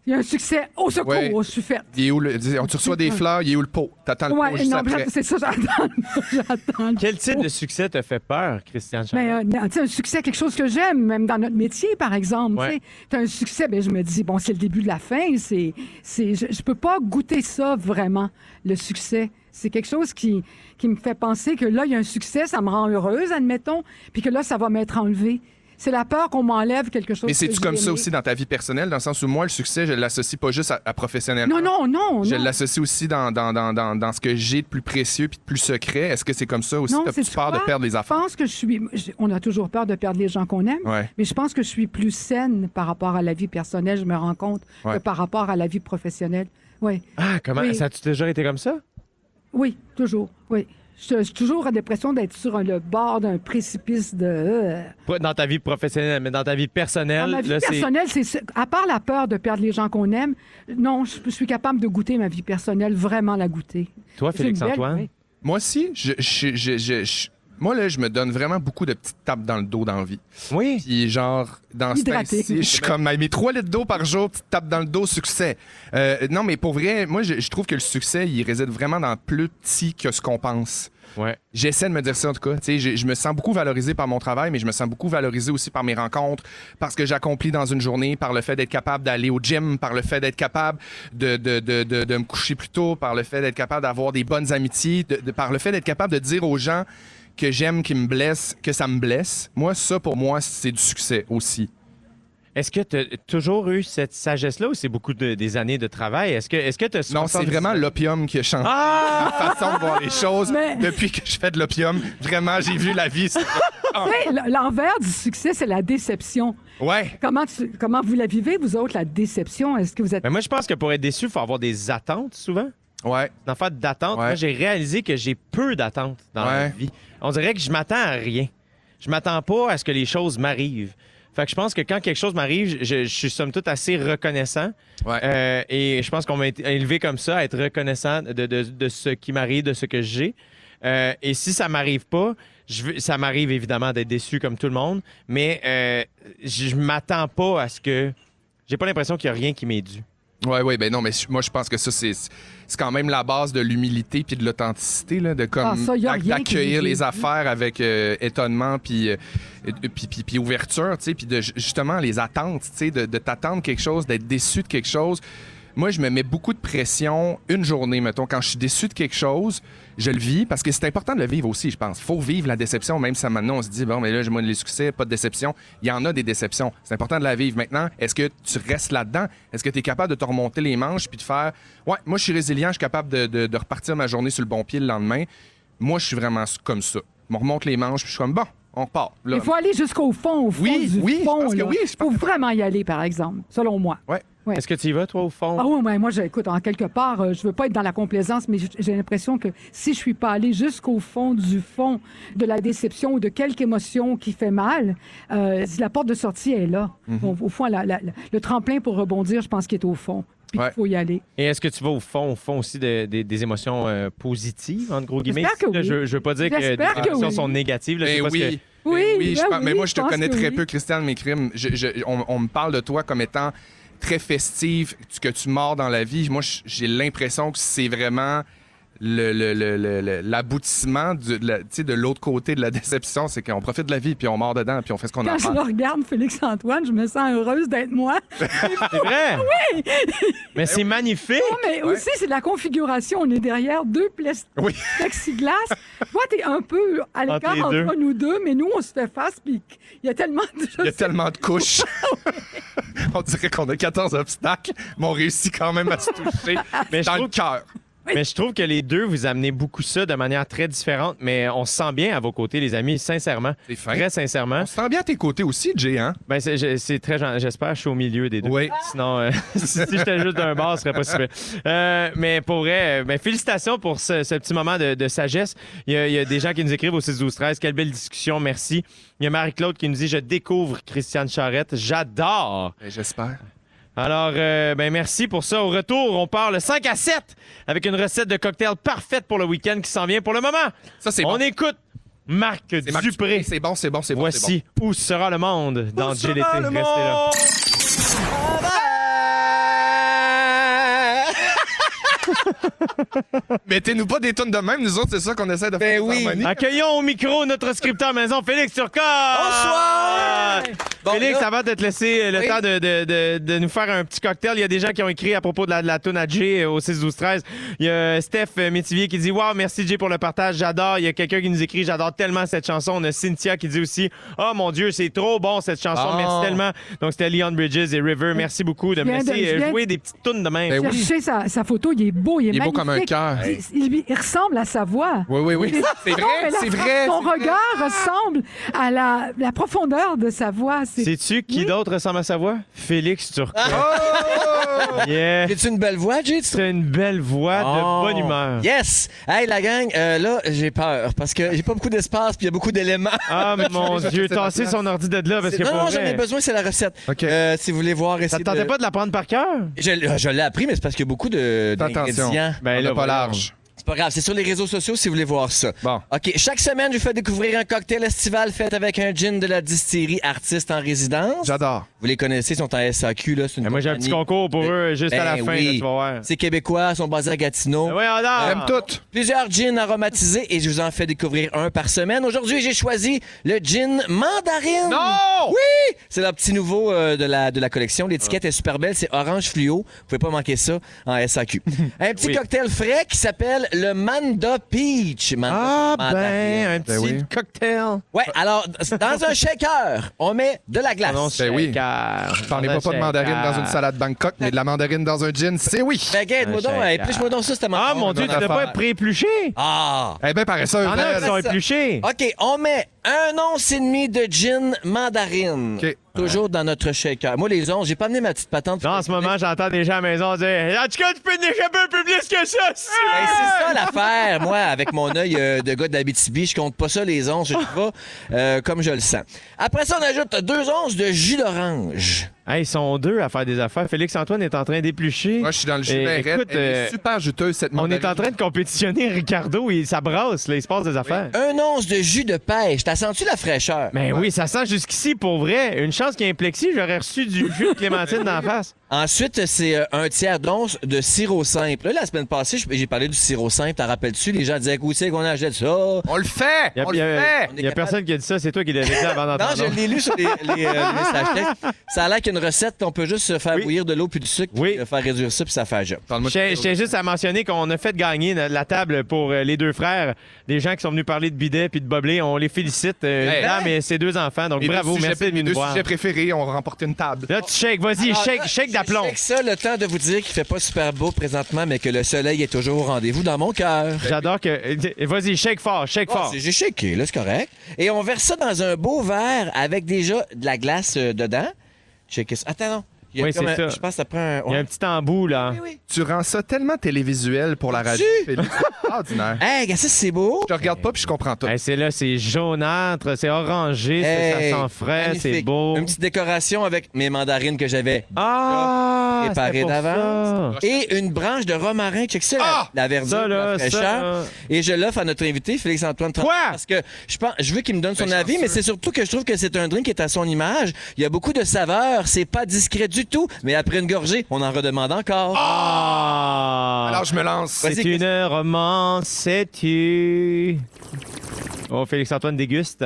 S2: il y a un succès, au secours,
S3: Ouais.
S2: je suis faite.
S3: Il est où le, dis-
S1: [laughs]
S3: tu reçois des fleurs, il est où le pot T'attends le pot
S2: Ouais,
S3: juste
S2: non,
S3: après.
S2: c'est ça, j'attends. [laughs] j'attends.
S1: Quel type de succès te fait peur, Christian Charest?
S2: Mais euh, non, tu sais, un succès, quelque chose que j'aime, même dans notre métier, par exemple.
S1: Ouais.
S2: Tu as un succès, ben, je me dis, bon, c'est le début de la fin. C'est, c'est, je ne peux pas goûter ça vraiment, le succès. C'est quelque chose qui, qui me fait penser que là, il y a un succès, ça me rend heureuse, admettons, puis que là, ça va m'être enlevé. C'est la peur qu'on m'enlève quelque chose.
S3: Mais
S2: que
S3: c'est-tu
S2: j'ai
S3: comme
S2: aimé.
S3: ça aussi dans ta vie personnelle, dans le sens où moi, le succès, je l'associe pas juste à, à professionnel.
S2: Non, non, non.
S3: Je
S2: non.
S3: l'associe aussi dans, dans, dans, dans, dans ce que j'ai de plus précieux puis de plus secret. Est-ce que c'est comme ça aussi?
S2: Non,
S3: T'as-tu
S2: sais-tu
S3: peur de
S2: quoi?
S3: perdre les
S2: Je
S3: affaires?
S2: pense que je suis. je- On a toujours peur de perdre les gens qu'on aime.
S3: Ouais.
S2: Mais je pense que je suis plus saine par rapport à la vie personnelle, je me rends compte,
S3: Ouais.
S2: que par rapport à la vie professionnelle. Oui,
S1: Ah, comment?
S2: Oui.
S1: Ça a-tu déjà été comme ça?
S2: oui, toujours. Oui. Je je suis toujours en dépression d'être sur un- le bord d'un précipice de. euh,
S1: Pas dans ta vie professionnelle, mais dans ta vie personnelle.
S2: Dans ma vie
S1: là, c'est-
S2: personnelle, c'est ça. à part la peur de perdre les gens qu'on aime, non, je, je suis capable de goûter ma vie personnelle, vraiment la goûter.
S1: Toi,
S2: C'est une belle-
S1: Félix-Antoine?
S2: oui.
S3: Moi aussi, je, je- je- je- je- moi, là, je me donne vraiment beaucoup de petites tapes dans le dos dans la vie.
S1: Oui.
S3: Puis genre, dans ce
S2: Hydraté.
S3: temps-ci, je suis comme, mes 3 litres d'eau par jour, petite tape dans le dos, succès. Euh, non, mais pour vrai, moi, je, je trouve que le succès, il réside vraiment dans plus petit que ce qu'on pense.
S1: Ouais.
S3: J'essaie de me dire ça en tout cas. Tu sais, Je, je me sens beaucoup valorisé par mon travail, mais je me sens beaucoup valorisé aussi par mes rencontres, parce que j'accomplis dans une journée, par le fait d'être capable d'aller au gym, par le fait d'être capable de, de, de, de, de me coucher plus tôt, par le fait d'être capable d'avoir des bonnes amitiés, de- de- par le fait d'être capable de dire aux gens que j'aime, qu'ils me blessent, que ça me blesse. Moi, ça pour moi, c'est du succès aussi.
S1: Est-ce que tu as toujours eu cette sagesse-là ou c'est beaucoup de- des années de travail? Est-ce que est-ce que tu as
S3: Non, c'est vraiment l'opium qui a changé
S1: Ah!
S3: ma façon de voir les choses.
S2: Mais-
S3: Depuis que je fais de l'opium, vraiment, j'ai vu la vie. Ah.
S2: Tu sais, l- L'envers du succès, c'est la déception.
S3: Ouais.
S2: Comment, tu- comment vous la vivez, vous autres, la déception? Est-ce que vous êtes
S1: Mais Ben, moi, je pense que pour être déçu, il faut avoir des attentes souvent.
S3: Ouais.
S1: D'en faire d'attentes.
S3: Ouais.
S1: Moi, j'ai réalisé que j'ai peu d'attentes dans ma
S3: Ouais.
S1: vie. On dirait que je m'attends à rien. Je m'attends pas à ce que les choses m'arrivent. Fait que je pense que quand quelque chose m'arrive, je, je suis somme toute assez reconnaissant.
S3: Ouais.
S1: Euh, et je pense qu'on m'a été- élevé comme ça, à être reconnaissant de, de- de ce qui m'arrive, de ce que j'ai. Euh, et si ça m'arrive pas, je veux- ça m'arrive évidemment d'être déçu comme tout le monde, mais euh, je je m'attends pas à ce que. J'ai pas l'impression qu'il y a rien qui m'est dû.
S3: Oui, oui, ben non, mais je- moi, je pense que ça, c'est c'est quand même la base de l'humilité puis de l'authenticité, là, de comme
S2: Ah, ça, y a
S3: d'ac-
S2: rien qui
S3: d'accueillir
S2: nous est
S3: les
S2: dû.
S3: affaires avec euh, étonnement puis, euh, euh, puis, puis- puis ouverture, tu sais, puis de, ju- justement les attentes, tu sais, de, de t'attendre quelque chose, d'être déçu de quelque chose. Moi, je me mets beaucoup de pression une journée, mettons. Quand je suis déçu de quelque chose, je le vis parce que c'est important de le vivre aussi, je pense. faut vivre la déception, même si maintenant on se dit, bon, mais là, j'ai moins de succès, pas de déception. Il y en a des déceptions. C'est important de la vivre. Maintenant, est-ce que tu restes là-dedans? Est-ce que tu es capable de te remonter les manches puis de faire, ouais, moi, je suis résilient, je suis capable de, de- de repartir ma journée sur le bon pied le lendemain. Moi, je suis vraiment comme ça. Je me remonte les manches puis je suis comme, bon, on part. Là.
S2: Il faut aller jusqu'au fond, au fond
S3: Oui,
S2: du
S3: oui,
S2: fond.
S3: parce que
S2: là.
S3: oui, je
S2: faut vraiment y aller, par exemple, selon moi.
S3: Ouais.
S2: Ouais.
S1: Est-ce que tu y vas, toi, au fond?
S2: Ah oui, mais moi, je- écoute, en quelque part, euh, je veux pas être dans la complaisance, mais j- j'ai l'impression que si je suis pas allée jusqu'au fond du fond de la déception ou de quelque émotion qui fait mal, euh, la porte de sortie est là.
S3: Mhm.
S2: au, au fond, la- la- la- le tremplin pour rebondir, je pense qu'il est au fond. Puis
S3: Ouais.
S2: il faut y aller.
S1: Et est-ce que tu vas au fond, au fond aussi de- des- des émotions euh, positives, entre gros guillemets?
S2: J'espère que
S1: Là,
S2: oui.
S1: Je, je veux pas dire que des
S2: J'espère que
S1: émotions
S2: oui.
S1: sont négatives. Là, c'est
S3: Mais
S1: parce
S3: oui.
S1: que-
S3: Ben
S2: Oui,
S3: oui, je
S2: ben
S3: pense- mais
S2: oui,
S3: moi, je
S2: je
S3: te
S2: pense
S3: connais
S2: que
S3: très
S2: oui.
S3: peu, Christiane, mes crimes. Je- je- on, on me parle de toi comme étant très festive, tu- que tu mords dans la vie. Moi, je- j'ai l'impression que c'est vraiment le- le- le- le- le- l'aboutissement du- de la- tu sais, de l'autre côté de la [laughs] déception. C'est qu'on profite de la vie, puis on mord dedans, puis on fait ce qu'on a à
S2: Quand je
S3: faire.
S2: le regarde, Félix-Antoine, je me sens heureuse d'être moi.
S1: C'est
S2: Ah
S1: vrai? oui! [laughs] Mais c'est magnifique!
S2: Non, mais aussi, c'est de la configuration. On est derrière deux plas-
S3: Oui.
S2: plexiglas. Toi, t'es un peu à l'écart
S1: les
S2: entre
S1: deux.
S2: nous deux, mais nous, on se fait face, puis il y a tellement de
S3: Il y a
S2: choses.
S3: tellement de couches. [laughs] on dirait qu'on a 14 obstacles, mais on réussit quand même à se toucher
S1: [laughs] Mais je
S3: dans
S1: trouve
S3: le cœur.
S1: Mais je trouve que les deux, vous amenez beaucoup ça de manière très différente, mais on se sent bien à vos côtés, les amis, sincèrement.
S3: C'est fin.
S1: Très sincèrement.
S3: On se sent bien à tes côtés aussi, Jay, hein?
S1: Ben, c'est- je- c'est très gen- J'espère je suis au milieu des deux.
S3: Oui.
S1: Sinon, euh, [laughs] si, si j'étais juste d'un bar, ce serait pas super. mais pour vrai, euh, ben, félicitations pour ce, ce petit moment de, de sagesse. Il y, a, il y a des gens qui nous écrivent au 6 12 13 Quelle belle discussion, merci. Il y a Marie-Claude qui nous dit Je découvre Christiane Charrette, j'adore.
S3: Ben, J'espère.
S1: Alors, euh, ben merci pour ça. Au retour, on part le 5 à 7 avec une recette de cocktail parfaite pour le week-end qui s'en vient pour le moment.
S3: Ça, c'est
S1: on
S3: bon.
S1: écoute Marc
S3: C'est Marc
S1: Dupré.
S3: C'est bon, c'est bon, c'est bon. c'est
S1: Voici où sera le monde dans GLT.
S3: sera le
S1: Restez là.
S3: bon. Mettez-nous pas des tonnes de même, nous autres, c'est ça qu'on essaie de
S2: Ben
S3: faire. oui.
S1: Accueillons au micro notre scripteur maison, Félix Turcot.
S4: Bonsoir! Bon,
S1: Félix,
S4: là-
S1: avant de te laisser le
S4: Oui.
S1: temps de, de- de- de nous faire un petit cocktail, il y a des gens qui ont écrit à propos de la, de la toune à Jay euh, au 6-12-13. Il y a euh, Steph Métivier qui dit Wow, merci Jay pour le partage, j'adore. Il y a quelqu'un qui nous écrit J'adore tellement cette chanson. On a Cynthia qui dit aussi Oh mon Dieu, c'est trop bon cette chanson,
S3: Ah.
S1: merci tellement. Donc c'était Leon Bridges et River. Merci beaucoup de me
S2: viens
S1: laisser
S2: de- je
S1: euh,
S2: viens-
S1: jouer des petites tunes de même.
S3: Ben oui.
S2: Cherchez sa, sa photo, il est beau, il est
S3: Il est beau
S2: magnifique.
S3: comme un cœur.
S2: Il, il- il ressemble à sa voix.
S3: Oui, oui, oui. C'est
S2: Non, mais
S3: vrai,
S2: la-
S3: c'est vrai.
S2: Son
S3: c'est vrai. Ah.
S2: regard ressemble à la, la profondeur de sa voix. C'est-
S1: Sais-tu qui d'autre ressemble à sa voix? Félix Turcot.
S4: Ah!
S1: Yeah.
S4: J'ai-tu une belle voix, Jay? Tu-
S1: C'est une belle voix
S4: Oh.
S1: de bonne humeur.
S4: Yes! Hey, la gang, euh, là, j'ai peur parce que j'ai pas beaucoup d'espace puis il y a beaucoup d'éléments. [laughs]
S1: Ah mon
S3: Je vais
S1: Dieu,
S3: chercher
S1: tasser
S3: ma place.
S1: son ordi de là parce
S4: C'est-
S1: que
S4: Non,
S1: pour
S4: non, j'en
S1: vrai,
S4: ai besoin, c'est la recette.
S3: OK.
S4: Euh, si vous voulez voir,
S1: Ça te
S4: essayez
S1: tentait
S4: de-
S1: pas de la prendre par
S4: Ben
S1: cœur?
S4: Je, je l'ai appris, mais c'est parce qu'il y a beaucoup de
S3: Attention.
S4: d'ingrédients.
S1: Ben
S3: On
S1: là,
S3: n'a pas
S1: voyons.
S3: large.
S4: C'est pas grave, c'est sur les réseaux sociaux si vous voulez voir ça.
S3: Bon.
S4: OK, chaque semaine, je vous fais découvrir un cocktail estival fait avec un gin de la distillerie Artiste en résidence.
S3: J'adore.
S4: Vous les connaissez, ils sont en SAQ, là. c'est une
S1: Ben, moi, j'ai un petit
S4: compagnie.
S1: concours pour eux juste à la
S4: Ben
S1: fin,
S4: oui.
S1: là, tu vas voir.
S4: C'est québécois, ils sont basés à Gatineau.
S1: Ben voyons donc.
S3: J'aime toutes.
S4: Plusieurs gins aromatisés et je vous en fais découvrir un par semaine. Aujourd'hui, j'ai choisi le gin mandarine.
S3: Non!
S4: Oui! C'est le petit nouveau euh, de, la, de la collection. L'étiquette est super belle. C'est orange fluo. Vous pouvez pas manquer ça en
S1: [laughs]
S4: SAQ. un petit
S1: Oui.
S4: cocktail frais qui s'appelle le Manda Peach. Manda-
S1: Ah
S4: mandarine.
S1: ben, un petit
S3: oui.
S1: cocktail.
S4: Ouais, alors, dans un shaker, on met de la glace.
S1: Ah Non,
S3: Ben oui.
S1: Je
S3: T'en ai pas, pas de mandarine dans une salade Bangkok, mais de la mandarine dans un gin, c'est oui.
S4: Fait que, aide-moi
S1: Un
S4: Ben, donc, euh,
S1: shaker.
S4: épluche-moi donc ça, c'est
S1: Ah mon Dieu, tu
S3: notre
S1: n'as pas
S3: affaire.
S1: pré-épluché?
S4: Ah!
S3: Eh ben, paresseuse.
S1: T'en as qui
S3: elle.
S1: sont
S4: ça.
S1: épluchés.
S4: OK, on met un once et demi de gin mandarine.
S3: OK.
S4: Toujours dans notre shaker. Moi, les onces, j'ai pas amené ma petite patente.
S1: Non, en ce moment, j'entends des gens à la maison dire En tout cas, tu peux n'échapper un peu plus que ça. si tu veux.
S4: Ben, c'est ça l'affaire, moi, avec mon œil euh, de gars d'Abitibi, je compte pas ça les onces, je dis pas euh, comme je le sens. Après ça, on ajoute deux onces de jus d'orange.
S1: Hey, ils sont deux à faire des affaires. Félix-Antoine est en train d'éplucher.
S3: Moi, je suis dans le jus
S1: Et
S3: bien raide.
S1: Écoute,
S3: Elle est
S1: euh,
S3: super juteuse, cette
S1: on est
S3: mandarine.
S1: en train de compétitionner Ricardo. Il, ça brasse, là, il se passe des affaires.
S4: Un once de jus de pêche. T'as senti la fraîcheur?
S1: Ben oui, ça sent jusqu'ici pour vrai. Une chance qu'il y ait un plexi, j'aurais reçu du jus de clémentine
S4: [laughs]
S1: dans la face.
S4: Ensuite, c'est euh, un tiers d'once de sirop simple. Là, la semaine passée, je- j'ai parlé du sirop simple, t'en rappelles-tu? Les gens disaient, où c'est qu'on achète ça? Non,
S3: On le fait!
S1: Il
S3: On
S1: y
S3: le
S1: a,
S3: fait!
S4: On
S1: il
S4: est
S1: y a
S4: capable.
S1: personne qui a dit ça, c'est toi qui l'as dit avant d'entendre.
S4: je l'ai lu sur les, les, euh, les messages textes. Ça a l'air qu'une recette, on peut juste faire
S1: Oui.
S4: bouillir de l'eau puis du sucre,
S1: Oui.
S4: puis euh, faire réduire ça, puis ça fait un job.
S3: Parle-moi de-
S1: Je tiens juste à mentionner qu'on a fait gagner la- la table pour euh, les deux frères. Les gens qui sont venus parler de bidet puis de boblé, on les félicite. Euh,
S3: Hey.
S1: une dame et ses deux enfants. Donc
S3: Mes
S1: bravo,
S3: deux
S1: merci
S3: sujets-
S1: de
S3: mes
S1: nous
S3: deux
S1: voir.
S3: sujets préférés ont remporté une table.
S1: Là, tu shakes, vas-y,
S4: Alors,
S1: shake,
S4: là,
S1: shake
S4: je
S1: d'aplomb.
S4: Avec Ah, ça, le temps de vous dire qu'il fait pas super beau présentement, mais que le soleil est toujours au rendez-vous dans mon cœur.
S1: J'adore que. et Vas-y, shake fort, shake
S4: Ah,
S1: fort.
S4: c'est- J'ai shaké, là, c'est correct. Et on verse ça dans un beau verre avec déjà de la glace euh, dedans. Check ça. Attends, non. Il y a
S1: Oui,
S4: comme
S1: c'est
S4: un-
S1: ça.
S4: Je pense que ça prend un.
S1: Il y a un petit embout, là.
S4: Oui, oui.
S3: Tu rends ça tellement télévisuel pour la radio,
S4: Tu-
S3: Félix. C'est Ordinaire.
S4: Hey, regarde ça, c'est beau.
S3: Je te regarde pas puis je comprends tout.
S1: Hey, c'est là, c'est jaunâtre, c'est orangé, ça-
S4: Hey,
S1: ça sent frais,
S4: magnifique.
S1: c'est beau.
S4: Une petite décoration avec mes mandarines que j'avais
S1: Ah!
S4: préparées
S1: c'était pour
S4: d'avance.
S1: ça.
S4: Et une branche de romarin. Check ça, la-
S3: Ah!
S4: la, verdure,
S1: Ça, là,
S4: la fraîcheur.
S1: ça, là.
S4: Et je l'offre à notre invité, Félix-Antoine Tremblay,
S1: Quoi?
S4: Parce que je, pense, je veux qu'il me donne son
S3: Ben,
S4: avis, mais
S3: chanceux.
S4: c'est surtout que je trouve que c'est un drink qui est à son image. Il y a beaucoup de saveurs, c'est pas discret du tout, mais après une gorgée, on en redemande encore.
S1: Ah!
S3: Alors je me lance.
S4: Vas-y.
S1: c'est une romance, sais-tu? Oh, Félix-Antoine déguste.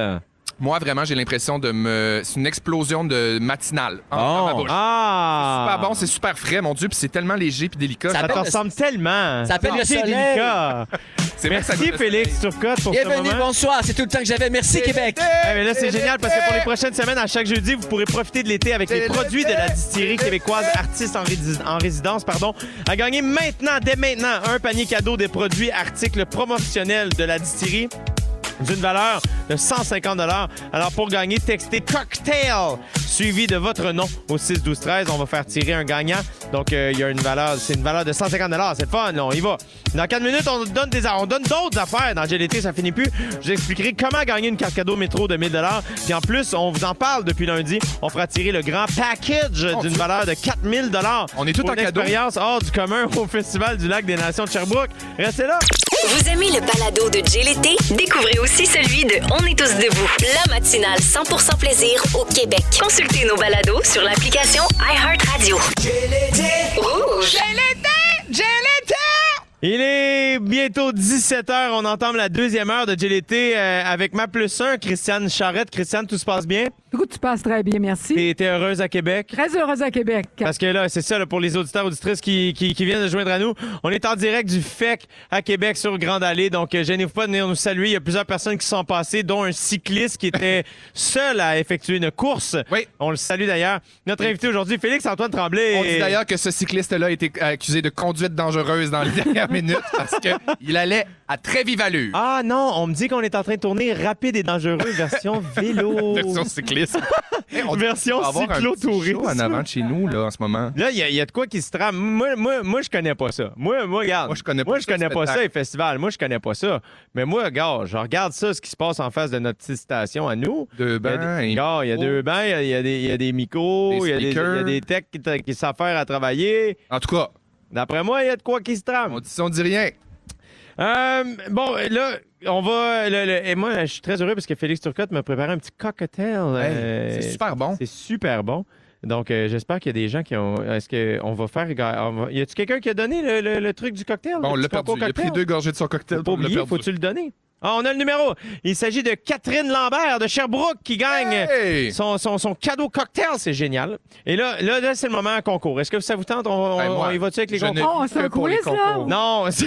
S3: Moi vraiment, j'ai l'impression de me c'est une explosion de matinale en- dans ma
S4: Oh.
S3: bouche.
S1: Ah!
S3: C'est super bon, c'est super frais, mon Dieu, puis c'est tellement léger puis délicat.
S4: Ça
S1: Ça te
S4: appelle le-
S1: ressemble tellement.
S4: ça appelle le
S1: C'est
S4: soleil.
S1: délicat.
S3: C'est vrai que ça
S1: Merci,
S3: goûte le
S1: Félix Turcotte, pour ce
S4: Bienvenue,
S1: moment.
S4: bonsoir. C'est tout le temps que j'avais. Merci, Québec.
S1: Eh, mais là, c'est génial parce que pour les prochaines semaines, à chaque jeudi, vous pourrez profiter de l'été avec les produits de la distillerie québécoise Artistes en, rési- en résidence. pardon, À gagner maintenant, dès maintenant, un panier cadeau des produits articles promotionnels de la distillerie d'une valeur de 150 Alors, pour gagner, textez cocktail suivi de votre nom au 6 12 13 On va faire tirer un gagnant. Donc, euh, il y a une valeur, c'est une valeur de 150 C'est fun, on y va. Dans 4 minutes, on donne des, on donne d'autres affaires. Dans GLT, ça finit plus. Je vous expliquerai comment gagner une carte cadeau métro de 1000 Puis en plus, on vous en parle depuis lundi. On fera tirer le grand package
S3: Mon
S1: d'une
S3: Dieu.
S1: valeur de 4000
S3: On est tout
S1: Pour
S3: en
S1: une
S3: cadeau.
S1: expérience hors du commun au Festival du Lac des Nations de Sherbrooke. Restez là.
S5: Vous aimez le balado de Jay l'été? Découvrez aussi celui de On est tous debout. La matinale 100% plaisir au Québec. Consultez nos balados sur l'application iHeartRadio. Rouge.
S1: Il est bientôt 17h. On entame la deuxième heure de JLT euh, avec ma plus 1, Christiane Charrette. Christiane, tout se passe bien?
S2: Écoute, tu passes très bien, merci.
S1: T'es t'es heureuse à Québec?
S2: Très heureuse à Québec.
S1: Parce que là, c'est ça, là, pour les auditeurs, auditrices qui, qui, qui viennent de se joindre à nous, on est en direct du FEC à Québec sur Grande Allée. Donc, euh, gênez-vous pas de venir nous saluer. Il y a plusieurs personnes qui sont passées, dont un cycliste qui
S3: [laughs]
S1: était seul à effectuer une course.
S3: Oui.
S1: On le salue d'ailleurs. Notre invité aujourd'hui, Félix-Antoine Tremblay.
S3: On dit d'ailleurs que ce cycliste-là a été accusé de conduite dangereuse dans les [laughs] dernières minutes parce qu'il allait à très vive allure.
S1: Ah non, on me dit qu'on est en train de tourner rapide et dangereux
S3: [laughs]
S1: version vélo. [laughs]
S3: Version cycliste. Hey, on
S1: Oh. Version
S3: doit avoir un
S1: cyclotourisme.
S3: petit show en avant de chez nous, là, en ce moment.
S1: Là, il y, a- il y a de quoi qui se trame. Moi, moi, moi je connais pas ça. Moi, moi regarde.
S3: Moi, je connais pas
S1: moi, je
S3: ça,
S1: connais pas
S3: ce
S1: ça,
S3: spectacle.
S1: les festivals. Moi, je connais pas ça. Mais moi, regarde, je regarde ça, ce qui se passe en face de notre petite station à nous.
S3: Deux
S1: Il y a
S3: bains.
S1: Ben, des,
S3: et-
S1: regarde, il y a deux bains, il y a- il y a des, il y a des micros,
S3: Des
S1: il y a des- il y a
S3: speakers.
S1: des techs qui, t- qui s'affairent à travailler.
S3: En tout cas,
S1: D'après moi, il y a de quoi qui se trame.
S3: on dit, on dit rien.
S1: Euh, bon, là, on va. le- le- et moi, je suis très heureux parce que Félix Turcotte m'a préparé un petit cocktail.
S3: Hey,
S1: euh,
S3: c'est super bon.
S1: [laughs] c'est super bon. Donc, euh, j'espère qu'il y a des gens qui ont. Est-ce qu'on va faire. on va- Y a-tu quelqu'un qui a donné le, le- le truc du cocktail?
S3: Bon, on
S1: Le
S3: l'a
S1: petit
S3: perdu.
S1: concours
S3: Il a pris
S1: cocktail?
S3: deux gorgées de son
S1: Faut
S3: cocktail.
S1: Pas
S3: on l'a
S1: oublier,
S3: perdu.
S1: faut-tu le donner? Ah, on a le numéro. Il s'agit de Catherine Lambert de Sherbrooke qui gagne
S3: Hey!
S1: son, son- son cadeau cocktail. C'est génial. Et là, là, là, c'est le moment à concours. Est-ce que ça vous tente? On,
S3: Ben,
S1: on-
S3: moi,
S1: on y va-tu avec les
S3: je
S1: concours?
S3: ne
S2: Oh,
S3: vis
S2: c'est un
S3: que pour les
S2: quiz, là?
S3: concours.
S1: Non, [laughs] c'est-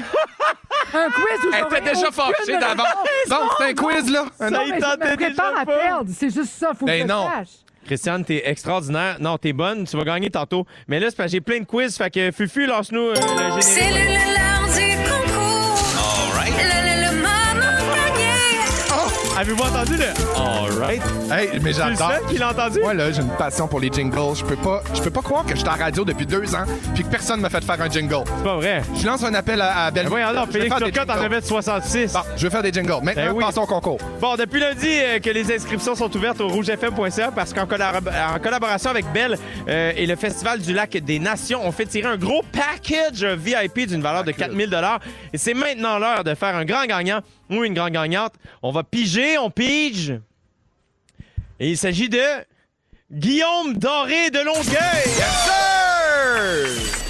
S2: Un quiz où
S3: Elle
S2: j'aurais
S3: était déjà
S2: aucune
S3: fâchée
S2: raison.
S3: d'avant. Donc, c'est un quiz, là? Un
S1: Ça
S3: autre?
S2: Mais
S1: y
S2: je
S1: tentait
S2: me prépare
S1: déjà
S2: à
S1: pas.
S2: perdre, c'est juste ça, faut
S3: Ben
S2: que je
S3: non.
S2: le sache.
S1: Christiane, t'es extraordinaire. Non, t'es bonne. Tu vas gagner tantôt. Mais là, c'est parce que j'ai plein de quiz. Fait que Fufu, lance-nous euh, le
S6: C'est
S1: générique.
S6: le le l'heure du concours. Le le le maman panier.
S1: Avez-vous entendu le. All right.
S3: Hey, mais
S1: C'est le
S3: j'adore.
S1: seul qui l'a entendu?
S3: Moi, là, j'ai une passion pour les jingles. Je peux pas, je peux pas croire que je suis à la radio depuis deux ans puis que personne m'a fait faire un jingle.
S1: C'est pas vrai.
S3: Je lance un appel à, à Belle.
S1: Oui, alors,
S3: Je
S1: Ben
S3: vais
S1: Félix
S3: faire des
S1: Turcotte en
S3: jingles.
S1: revêt de 66.
S3: Bon, je vais faire des jingles. Maintenant,
S1: Ben oui.
S3: passons au concours.
S1: Bon, depuis lundi euh, que les inscriptions sont ouvertes au rougefm.ca parce qu'en collab- en collaboration avec Belle euh, et le Festival du Lac des Nations, on fait tirer un gros package VIP d'une valeur de 4000 dollars. Et c'est maintenant l'heure de faire un grand gagnant ou une grande gagnante. On va piger, on pige. Et il s'agit de Guillaume Doré de Longueuil.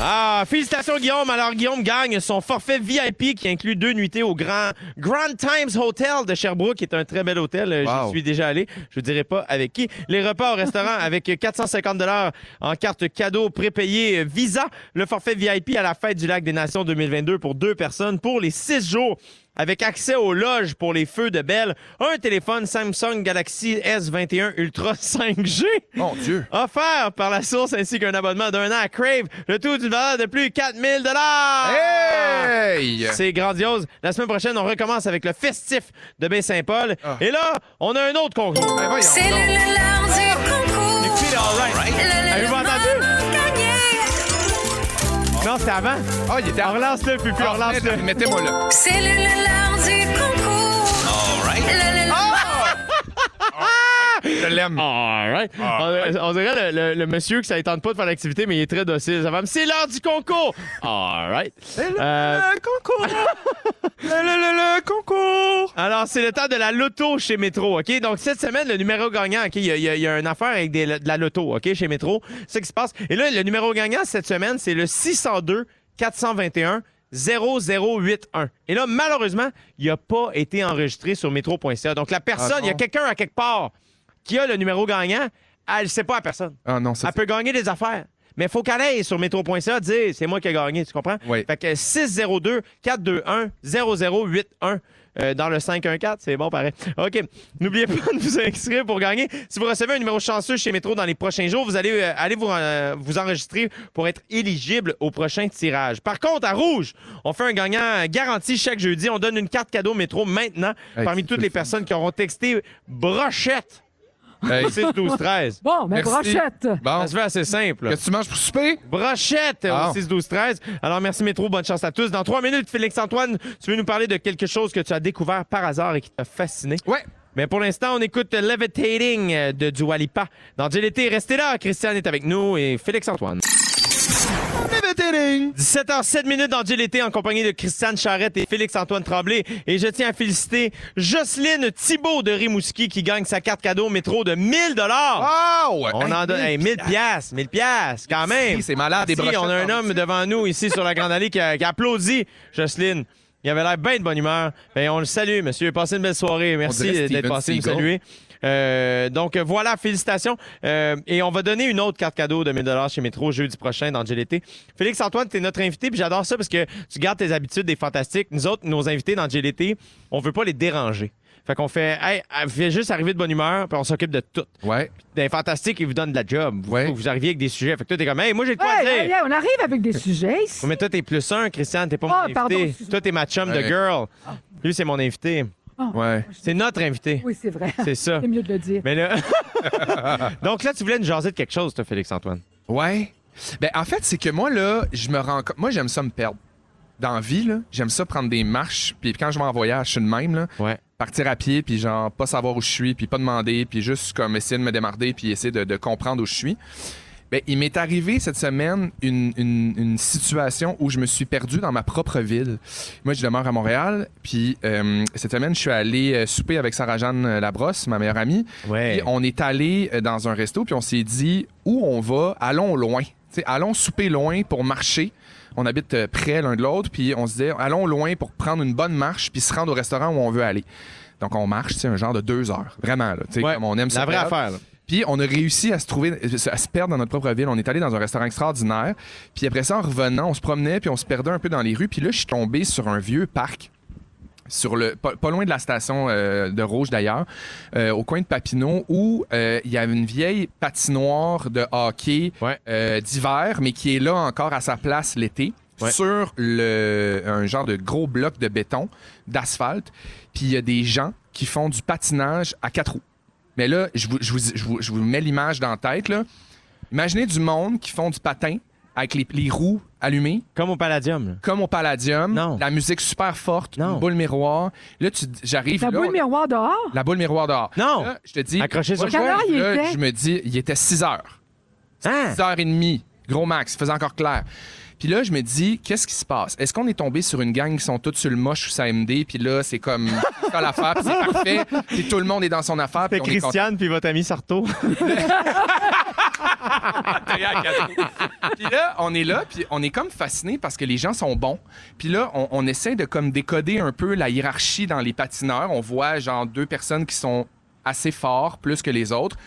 S1: Ah, félicitations Guillaume. Alors Guillaume gagne son forfait VIP qui inclut deux nuitées au Grand Grand Times Hotel de Sherbrooke, qui est un très bel hôtel. Euh, J'y
S3: Wow.
S1: suis déjà allé. Je vous dirai pas avec qui. Les repas au restaurant avec 450 dollars en carte cadeau prépayée euh, Visa. Le forfait VIP à la fête du Lac des Nations 2022 pour deux personnes pour les six jours. avec accès aux loges pour les feux de belle, un téléphone Samsung Galaxy S21 Ultra [laughs] 5G.
S3: Mon Dieu.
S1: Offert par la source ainsi qu'un abonnement d'un an à Crave, le tout d'une valeur de plus de 4000
S3: Hey!
S1: c'est grandiose. La semaine prochaine, on recommence avec le festif de Baie-Saint-Paul.
S3: Ah.
S1: Et là, on a un autre concours.
S3: Ben voyons
S6: C'est le
S3: donc.
S6: le l'heure du
S1: Les
S6: concours.
S1: filles, all right.
S6: Le le le
S1: Avez-vous entendu?
S6: maman gagné.
S1: Non, c'était avant.
S3: Ah, il était
S1: On relance-le, puis, puis on
S3: Ah,
S1: relance-le.
S3: mettez- Mettez-moi là.
S6: C'est le le l'heure du concours. Le le le
S3: Je
S1: Ah.
S3: l'aime.
S1: All right.
S3: Ah.
S1: On, on dirait le, le- le monsieur que ça ne tente pas de faire l'activité, mais il est très docile. Ça va, c'est l'heure du concours. All right. Euh,
S3: concours!
S1: [laughs]
S3: le, le, le concours!
S1: Alors, c'est le temps de la loto chez Métro, OK? Donc, cette semaine, le numéro gagnant, OK? Il y, a- il y a- il y a une affaire avec des- de la loto, OK? Chez Métro. C'est ce qui se passe. Et là, le numéro gagnant cette semaine, c'est le 602 421 0081. Et là, malheureusement, il n'a pas été enregistré sur métro.ca. Donc, la personne,
S3: Ah non.
S1: il y a quelqu'un à quelque part qui a le numéro gagnant, elle ne sait pas à personne.
S3: Ah non, ça
S1: Elle peut gagner des affaires. Mais il faut qu'elle aille sur métro.ca dire c'est moi qui ai gagné, tu comprends?
S3: Oui.
S1: Fait que 602 421 0081 euh, dans le 514, c'est bon pareil. OK. N'oubliez pas de vous inscrire pour gagner. Si vous recevez un numéro chanceux chez Métro dans les prochains jours, vous allez euh, aller vous, euh, vous enregistrer pour être éligible au prochain tirage. Par contre, à Rouge, on fait un gagnant garanti chaque jeudi. On donne une carte cadeau Métro maintenant
S3: Hey,
S1: parmi
S3: c'est
S1: toutes
S3: le
S1: les
S3: fun.
S1: personnes qui auront texté brochette
S3: peut... Hey,
S1: 6 12 13.
S2: Bon, mais
S3: merci.
S2: brochette.
S3: Bon,
S1: Ça se fait assez simple.
S3: qu'est-ce que tu manges pour souper?
S1: Brochette euh,
S3: Ah.
S1: au 6 12 13. Alors merci métro, bonne chance à tous. Dans trois minutes, Félix Antoine, tu veux nous parler de quelque chose que tu as découvert par hasard et qui t'a fasciné.
S3: Ouais.
S1: Mais pour l'instant, on écoute Levitating euh, de Dua Lipa. Dans JLT, restez là, Christiane est avec nous et Félix Antoine. 17h07 minutes dans JLT en compagnie de Christiane Charrette et Félix Antoine Tremblay et je tiens à féliciter Jocelyne Thibault de Rimouski qui gagne sa carte cadeau métro de 1000
S3: Ah!
S1: dollars.
S3: Wow!
S1: On en donne hey, 1000 piastres, 1000 piastres, quand même.
S3: Si, c'est malade, des
S1: Merci,
S3: brochettes
S1: On a un
S3: par
S1: homme devant nous ici sur la Grande Allée qui, a- qui applaudit Jocelyne. Il avait l'air bien de bonne humeur. Ben, on le salue, monsieur. Passez une belle soirée. Merci
S3: dirait
S1: d'être
S3: Steven
S1: passé nous
S3: Seagal.
S1: saluer. Euh, donc euh, voilà, félicitations. Euh, et on va donner une autre carte cadeau de 1000 chez Métro jeudi prochain dans GLT. Félix Antoine, t'es notre invité, puis j'adore ça parce que tu gardes tes habitudes des fantastiques. Nous autres, nos invités dans GLT, on veut pas les déranger. Fait qu'on fait, hey, fais juste arriver de bonne humeur, puis on s'occupe de tout
S3: Ouais.
S1: d'un Ben, fantastique, il vous donne de la job. Vous,
S3: Ouais.
S1: vous arrivez avec des sujets. Fait que toi, t'es comme, hey, moi, j'ai de quoi
S2: Hey,
S1: dire.
S2: hey, hey, on arrive avec des sujets ici.
S1: Ouais, Mais toi, t'es plus un, Christian. T'es pas
S2: Ah,
S1: mon
S2: pardon,
S1: invité.
S2: excuse-moi.
S1: Toi, t'es ma chum de
S3: Ouais.
S1: girl. Lui, c'est mon invité.
S3: Ouais.
S1: C'est notre invité.
S2: Oui, c'est vrai.
S1: C'est ça.
S2: [laughs] C'est mieux de le dire.
S1: Mais là. [laughs] Donc là, tu voulais nous jaser de quelque chose, toi, Félix-Antoine.
S3: Ouais. Ben, en fait, c'est que moi, là, je me rends compte. Moi, j'aime ça me perdre. Dans la vie, là, j'aime ça prendre des marches. Puis quand je vais en voyage, je suis de même, là.
S1: Ouais.
S3: Partir à pied, puis genre, pas savoir où je suis, puis pas demander, puis juste comme essayer de me démarrer, puis essayer de, de comprendre où je suis. Ben, il m'est arrivé cette semaine une, une- une situation où je me suis perdu dans ma propre ville. Moi, je demeure à Montréal, puis euh, cette semaine, je suis allé euh, souper avec Sarah-Jeanne euh, Labrosse, ma meilleure amie. Puis
S1: Ouais.
S3: on est allé euh, dans un resto, puis on s'est dit où on va, allons loin. T'sais, allons souper loin pour marcher. On habite euh, près l'un de l'autre, puis on se dit allons loin pour prendre une bonne marche, puis se rendre au restaurant où on veut aller. Donc on marche, c'est un genre de deux heures, vraiment. Là, T'sais,
S1: Ouais,
S3: comme on aime ça.
S1: La vraie
S3: perdre.
S1: affaire, là.
S3: Puis on a réussi à se trouver, à se perdre dans notre propre ville. On est allé dans un restaurant extraordinaire. Puis après ça, en revenant, on se promenait, puis on se perdait un peu dans les rues. Puis là, je suis tombé sur un vieux parc. Sur le, pas, pas loin de la station euh, de Rouge d'ailleurs, euh, au coin de Papineau, où euh, il y avait une vieille patinoire de hockey
S1: Ouais.
S3: euh, d'hiver, mais qui est là encore à sa place l'été,
S1: Ouais.
S3: sur le, un genre de gros bloc de béton, d'asphalte. Puis il y a des gens qui font du patinage à quatre roues. Mais là, je vous, je vous, je vous- je vous mets l'image dans la tête. Là. Imaginez du monde qui font du patin avec les, les roues allumées,
S1: Comme au Palladium, là.
S3: comme au Palladium.
S1: Non.
S3: La musique super forte,
S1: Non.
S3: une boule miroir. Là, tu, j'arrive.
S2: La
S3: là,
S2: boule
S3: on-
S2: miroir dehors?
S3: La boule miroir dehors.
S1: Non.
S3: Là, je te dis.
S1: Accroché sur
S3: moi,
S2: Quelle heure il
S3: là,
S2: était?
S3: Je me dis, il était 6 heures.
S1: Hein?
S3: 6 heures et demie, gros max, faisait encore clair. Puis là, je me dis, qu'est-ce qui se passe? Est-ce qu'on est tombé sur une gang qui sont toutes sur le moche ou sa MD, puis là, c'est comme, [laughs] c'est ça l'affaire, puis c'est parfait, puis tout le monde est dans son affaire, puis
S1: Fait
S3: on est content.
S1: Christiane puis votre ami
S3: [laughs]
S1: Sarto.
S3: puis là, on est là, puis on est comme fasciné parce que les gens sont bons. Puis là, on, on essaie de comme décoder un peu la hiérarchie dans les patineurs. On voit genre deux personnes qui sont assez forts, plus que les autres.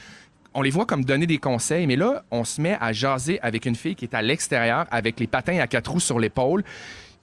S3: On les voit comme donner des conseils, mais là, on se met à jaser avec une fille qui est à l'extérieur avec les patins à quatre roues sur l'épaule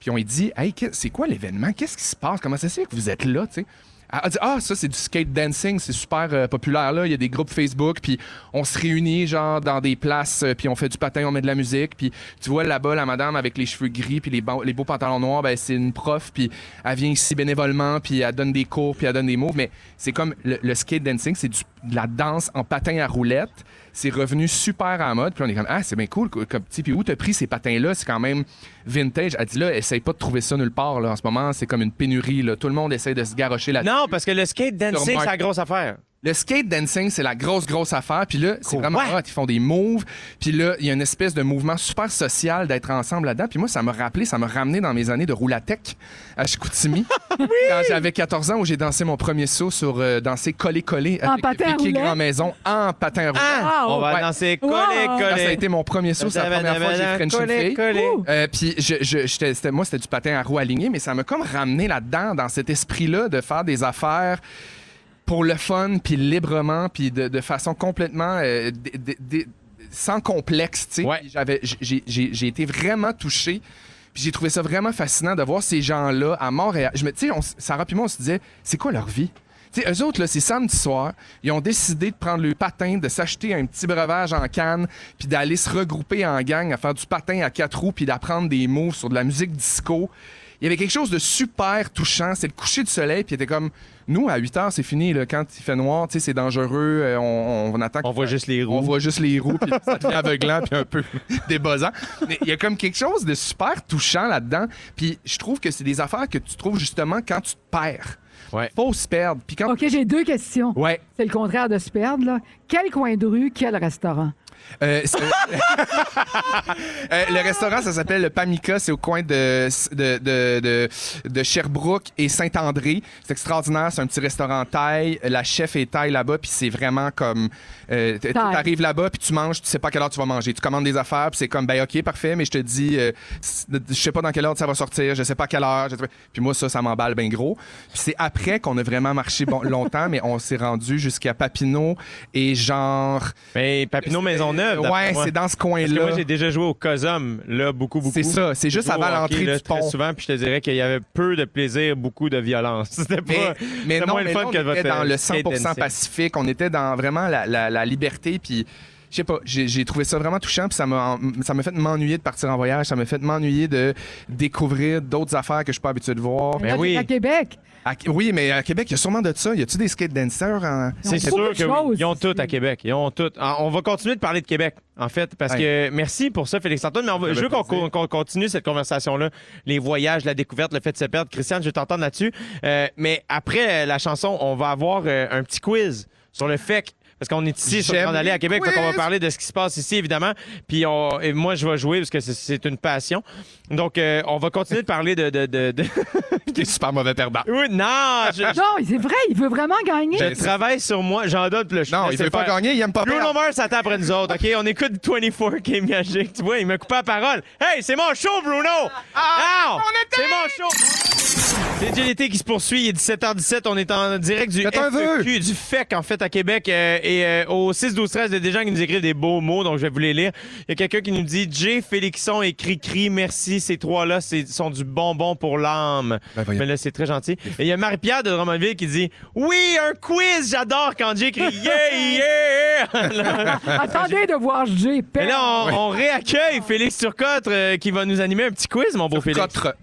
S3: Puis on lui dit Hey, qu'est- c'est quoi l'événement Qu'est-ce qui se passe Comment ça se fait que vous êtes là tu sais? Elle a dit Ah, ça, c'est du skate dancing, c'est super euh, populaire là. Il y a des groupes Facebook, puis on se réunit, genre, dans des places, euh, puis on fait du patin, on met de la musique, puis tu vois là-bas la madame avec les cheveux gris, puis les, ban- les beaux pantalons noirs, ben, c'est une prof, puis elle vient ici bénévolement, puis elle donne des cours, puis elle donne des mots. Mais c'est comme le, le skate dancing, c'est du- de la danse en patin à roulette. C'est revenu super en mode, puis on est comme Ah, c'est bien cool, co- comme, tu sais, puis où t'as pris ces patins-là, c'est quand même vintage. Elle dit là, essaye pas de trouver ça nulle part, là. En ce moment, c'est comme une pénurie, là. Tout le monde essaie de se garrocher là
S1: Non, parce que le skate dancing,
S3: Remarque.
S1: c'est la grosse affaire.
S3: le skate dancing, c'est la grosse, grosse affaire. Puis là, c'est
S1: Quoi?
S3: vraiment hot. Ils font des moves. Puis là, il y a une espèce de mouvement super social d'être ensemble là-dedans. Puis moi, ça m'a rappelé, ça m'a ramené dans mes années de roulatec à
S2: [laughs]
S3: Chicoutimi. Quand j'avais 14 ans, où j'ai dansé mon premier saut sur euh, danser collé-collé
S2: En
S3: avec
S2: patin à
S3: Vicky
S2: roulette?
S3: Grand-Maison en patin à roulette.
S1: Ah,
S2: Wow.
S1: on va
S3: Ouais.
S1: danser
S2: Wow.
S1: coller,
S3: Quand ça a
S1: coller.
S3: été mon premier saut, c'est la première fois que j'ai frenché une
S1: Coller,
S3: fille.
S1: coller.
S2: Ouh.
S3: Euh, puis je, je- j'étais- c'était- moi, c'était du patin à roues aligné, mais ça m'a comme ramené là-dedans, dans cet esprit-là de faire des affaires pour le fun, puis librement, puis de, de façon complètement... euh, dé- dé- dé- sans complexe, tu sais.
S1: Ouais.
S3: Puis j'avais- j- j'ai- J'ai j'ai été vraiment touché. Puis j'ai trouvé ça vraiment fascinant de voir ces gens-là à Montréal. Je me, tu sais, on s- Sarah puis moi, on se disait, c'est quoi leur vie? Tu sais, eux autres, là, c'est samedi soir, ils ont décidé de prendre le patin, de s'acheter un petit breuvage en canne, puis d'aller se regrouper en gang à faire du patin à quatre roues, puis d'apprendre des mots sur de la musique disco. Il y avait quelque chose de super touchant. C'est le coucher du soleil, puis il était comme, nous, à 8 heures, c'est fini. Là, quand il fait noir, tu sais, c'est dangereux, euh, on, on attend
S1: On voit juste les
S3: on
S1: roues.
S3: voit juste les roues, puis ça
S1: [laughs]
S3: devient aveuglant, puis un peu [laughs] débossant. Mais il y a comme quelque chose de super touchant là-dedans. Puis je trouve que c'est des affaires que tu trouves justement quand tu te perds.
S1: Ouais.
S3: Faut se perdre. Puis quand.
S2: OK, j'ai deux questions.
S3: Ouais.
S2: C'est le contraire de se perdre, là. Quel coin de rue, quel restaurant?
S3: Euh, c'est- [laughs] Euh, le restaurant, ça s'appelle le Pamica. C'est au coin de, de, de, de, de Sherbrooke et Saint-André. C'est extraordinaire. C'est un petit restaurant thaï. La chef est thaï là-bas. Puis c'est vraiment comme. Euh, t- T'arrives là-bas, puis tu manges. Tu sais pas à quelle heure tu vas manger. Tu commandes des affaires. Puis c'est comme, ben OK, parfait. Mais je te dis, euh, c- je sais pas dans quelle heure ça va sortir. Je sais pas à quelle heure. je sais pas. Puis moi, ça, ça m'emballe bien gros. Puis c'est après qu'on a vraiment marché bon, longtemps. mais on s'est rendu jusqu'à Papineau et genre.
S1: Mais Papineau Maisonneuve. d'après
S3: euh, Ouais,
S1: moi.
S3: c'est dans
S1: Parce
S3: ce
S1: que
S3: coin-là.
S1: moi, j'ai déjà joué au Cosum, là, beaucoup, beaucoup.
S3: C'est ça, c'est juste
S1: J'ai joué
S3: avant
S1: au hockey,
S3: l'entrée
S1: là,
S3: du
S1: Très
S3: pont.
S1: souvent, puis je te dirais qu'il y avait peu de plaisir, beaucoup de violence. [laughs] C'était
S3: Mais,
S1: pas.
S3: mais
S1: c'était
S3: non,
S1: moins le
S3: mais
S1: fun
S3: là, on
S1: que
S3: était
S1: votre,
S3: dans
S1: euh,
S3: le
S1: skate
S3: 100%
S1: dancing.
S3: pacifique. On était dans vraiment la, la- la liberté. Puis, je sais pas, j'ai j'ai trouvé ça vraiment touchant. Puis ça m'a ça m'a fait m'ennuyer de partir en voyage. Ça m'a fait m'ennuyer de découvrir d'autres affaires que je suis pas habitué de voir.
S1: Ben
S2: Toi, t'es
S1: oui.
S2: À Québec.
S3: À- oui, mais à Québec, il y a sûrement de ça. Y a-tu des skate dancers? en-
S2: Ils ont
S1: C'est
S2: beaucoup
S1: sûr
S2: de
S1: que oui.
S2: choses
S1: Ils ont
S2: ici.
S1: tout à Québec. Ils ont tout. Ah, On va continuer de parler de Québec, en fait, parce que merci pour ça, Félix Antoine. Mais on va-
S3: Ça
S1: je veux
S3: fait
S1: qu'on
S3: plaisir.
S1: qu'on continue cette conversation-là. Les voyages, la découverte, le fait de se perdre. Christiane, je vais t'entendre là-dessus. Euh, mais après euh, la chanson, on va avoir euh, un petit quiz sur le FEC. Parce qu'on est ici sur le
S3: J'aime
S1: Grand Allée à
S3: les
S1: Québec, donc on va
S3: quiz.
S1: parler de ce qui se passe ici, évidemment. Puis on- et moi, je vais jouer parce que c'est- c'est une passion. Donc, euh, on va continuer de parler de. de, de- [laughs] de-
S3: T'es super mauvais perdant.
S1: Oui, non, je, je-
S2: Non, c'est vrai, il veut vraiment gagner.
S1: je
S3: Ben, c'est-
S1: travaille sur moi, j'en donne, puis là, je
S3: Non,
S1: laisse
S3: il
S1: le
S3: veut pas
S1: faire.
S3: gagner, il aime pas
S1: Bruno
S3: perdre.
S1: Mars s'attend après nous autres, OK? On écoute 24 K Magic. Tu vois, il m'a coupé la parole. Hey, c'est mon show, Bruno! Ah, C'est mon show! C'est JLT qui se poursuit. Il est 17h17. On est en direct du E
S3: Faites un
S1: FEQ, du FEC, en fait, à Québec. euh, et euh, au 6-12-13, il y a des gens qui nous écrivent des beaux mots, donc je vais vous les lire. Il y a quelqu'un qui nous dit J, Félixon et Cricri, merci. Ces trois-là c'est- sont du bonbon pour l'âme.
S3: Ben voyons.
S1: Mais là, c'est très gentil. Et il y a Marie-Pierre de Drummondville qui dit Oui, un quiz, j'adore quand J crie Yeah, yeah! [laughs]
S2: Attendez de voir J.
S1: Mais là, on, on réaccueille Félix Turcotte euh, qui va nous animer un petit quiz, mon beau Félix.
S3: Cotre.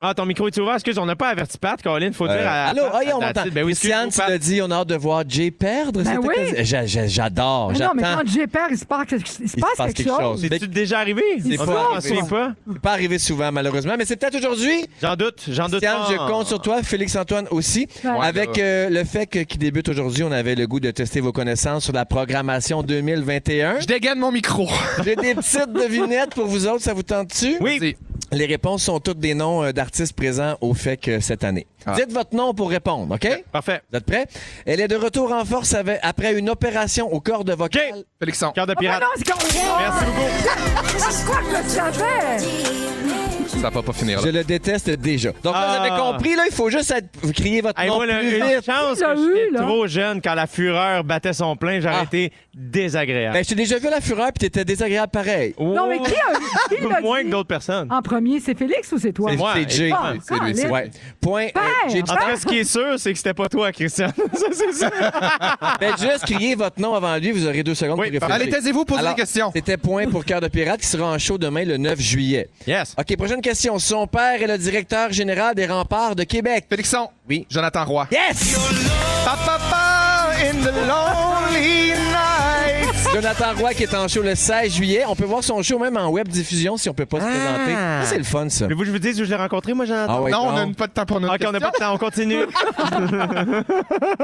S1: Ah, ton micro est ouvert. Excuse, on n'a pas averti Pat, Colin. Faut
S4: Euh,
S1: dire à.
S4: allô,
S1: Pat,
S4: ah,
S1: à-
S4: on
S1: à-
S4: m'entend.
S1: Ben oui,
S4: Christiane, tu
S1: excuse-nous,
S4: l'as
S1: Pat.
S4: dit, on a hâte de voir Jay perdre.
S2: Ben
S4: cette
S2: oui.
S4: occasion. J'a- j'a- J'adore,
S2: Mais non, mais
S4: j'attends.
S2: quand J perd, il se passe, il se
S4: Il
S2: passe quelque, chose.
S4: Mais
S1: C'est-tu déjà arrivé?
S4: C'est
S1: On
S4: pas
S1: s'en
S4: arrivé.
S1: souvient pas.
S4: C'est pas arrivé souvent, malheureusement, mais c'est peut-être aujourd'hui.
S1: J'en doute, j'en doute.
S4: Christiane,
S1: pas.
S4: je compte sur toi, Félix-Antoine aussi.
S2: Ouais.
S4: Avec euh, le fait que- qui débute aujourd'hui, on avait le goût de tester vos connaissances sur la programmation 2021.
S3: Je dégaine mon micro.
S4: J'ai des petites devinettes pour vous autres, ça vous tente-tu?
S1: Oui.
S4: Les réponses sont toutes des noms euh, d'artistes présents au FEC euh, cette année.
S3: Ah.
S4: Dites votre nom pour répondre, OK?
S1: Parfait.
S4: Vous êtes prêts? Elle est de retour en force avec- après une opération au corps de vocal.
S1: Jay.
S3: Félixon.
S1: Cœur de
S2: Ah, ben
S1: pirate.
S2: non, [laughs] c'est quand
S1: Merci beaucoup.
S2: Je savais!
S6: Dis, mais je
S3: Ça va pas finir
S4: Je
S3: là.
S4: le déteste déjà. Donc,
S1: Ah.
S4: vous avez compris, là, il faut juste être- crier votre
S1: Hey,
S4: nom
S1: moi, là,
S4: plus
S1: une
S4: vite.
S1: chance que
S2: l'a eu,
S1: j'étais
S2: là?
S1: trop jeune quand la fureur battait son plein, j'aurais
S4: Ah.
S1: été désagréable.
S4: Ben, je t'ai déjà vu à la fureur, puis t'étais désagréable pareil.
S2: Non, mais qui a qui Ah. l'a
S1: Moins
S2: dit?
S1: que d'autres personnes.
S2: En premier, c'est Félix ou c'est toi?
S1: C'est moi.
S4: C'est Jay.
S2: Ah,
S3: C'est lui,
S2: Colin.
S3: c'est-
S4: Ouais. Point. euh,
S2: Père!
S4: Jay-
S1: En tout cas, ce qui est sûr, c'est que c'était pas toi, Christian. [laughs] ça, c'est sûr.
S4: [laughs] Ben, juste crier votre nom avant lui, vous aurez deux secondes
S1: Oui,
S4: pour réfléchir.
S3: Allez, taisez-vous, posez
S4: Alors,
S3: des questions.
S4: C'était point pour Cœur de Pirate qui sera en show demain le 9 juillet.
S1: Yes.
S4: OK, prochaine question. Son père est le directeur général des remparts de Québec.
S3: Félixon.
S4: Oui.
S3: Jonathan Roy.
S4: Yes!
S3: Papa, papa, in the lonely night.
S4: Jonathan Roy qui est en show le 16 juillet. On peut voir son show même en web diffusion si on peut
S1: Ah.
S4: pas se présenter. Ça, C'est le fun, ça.
S1: Voulez-vous que je vous dise où je l'ai rencontré, moi, Jonathan?
S4: Ah ouais,
S3: Non, on
S4: donc.
S3: n'a pas de temps pour notre
S1: OK, on n'a
S3: question.
S1: pas de temps, on
S4: [laughs]
S1: continue.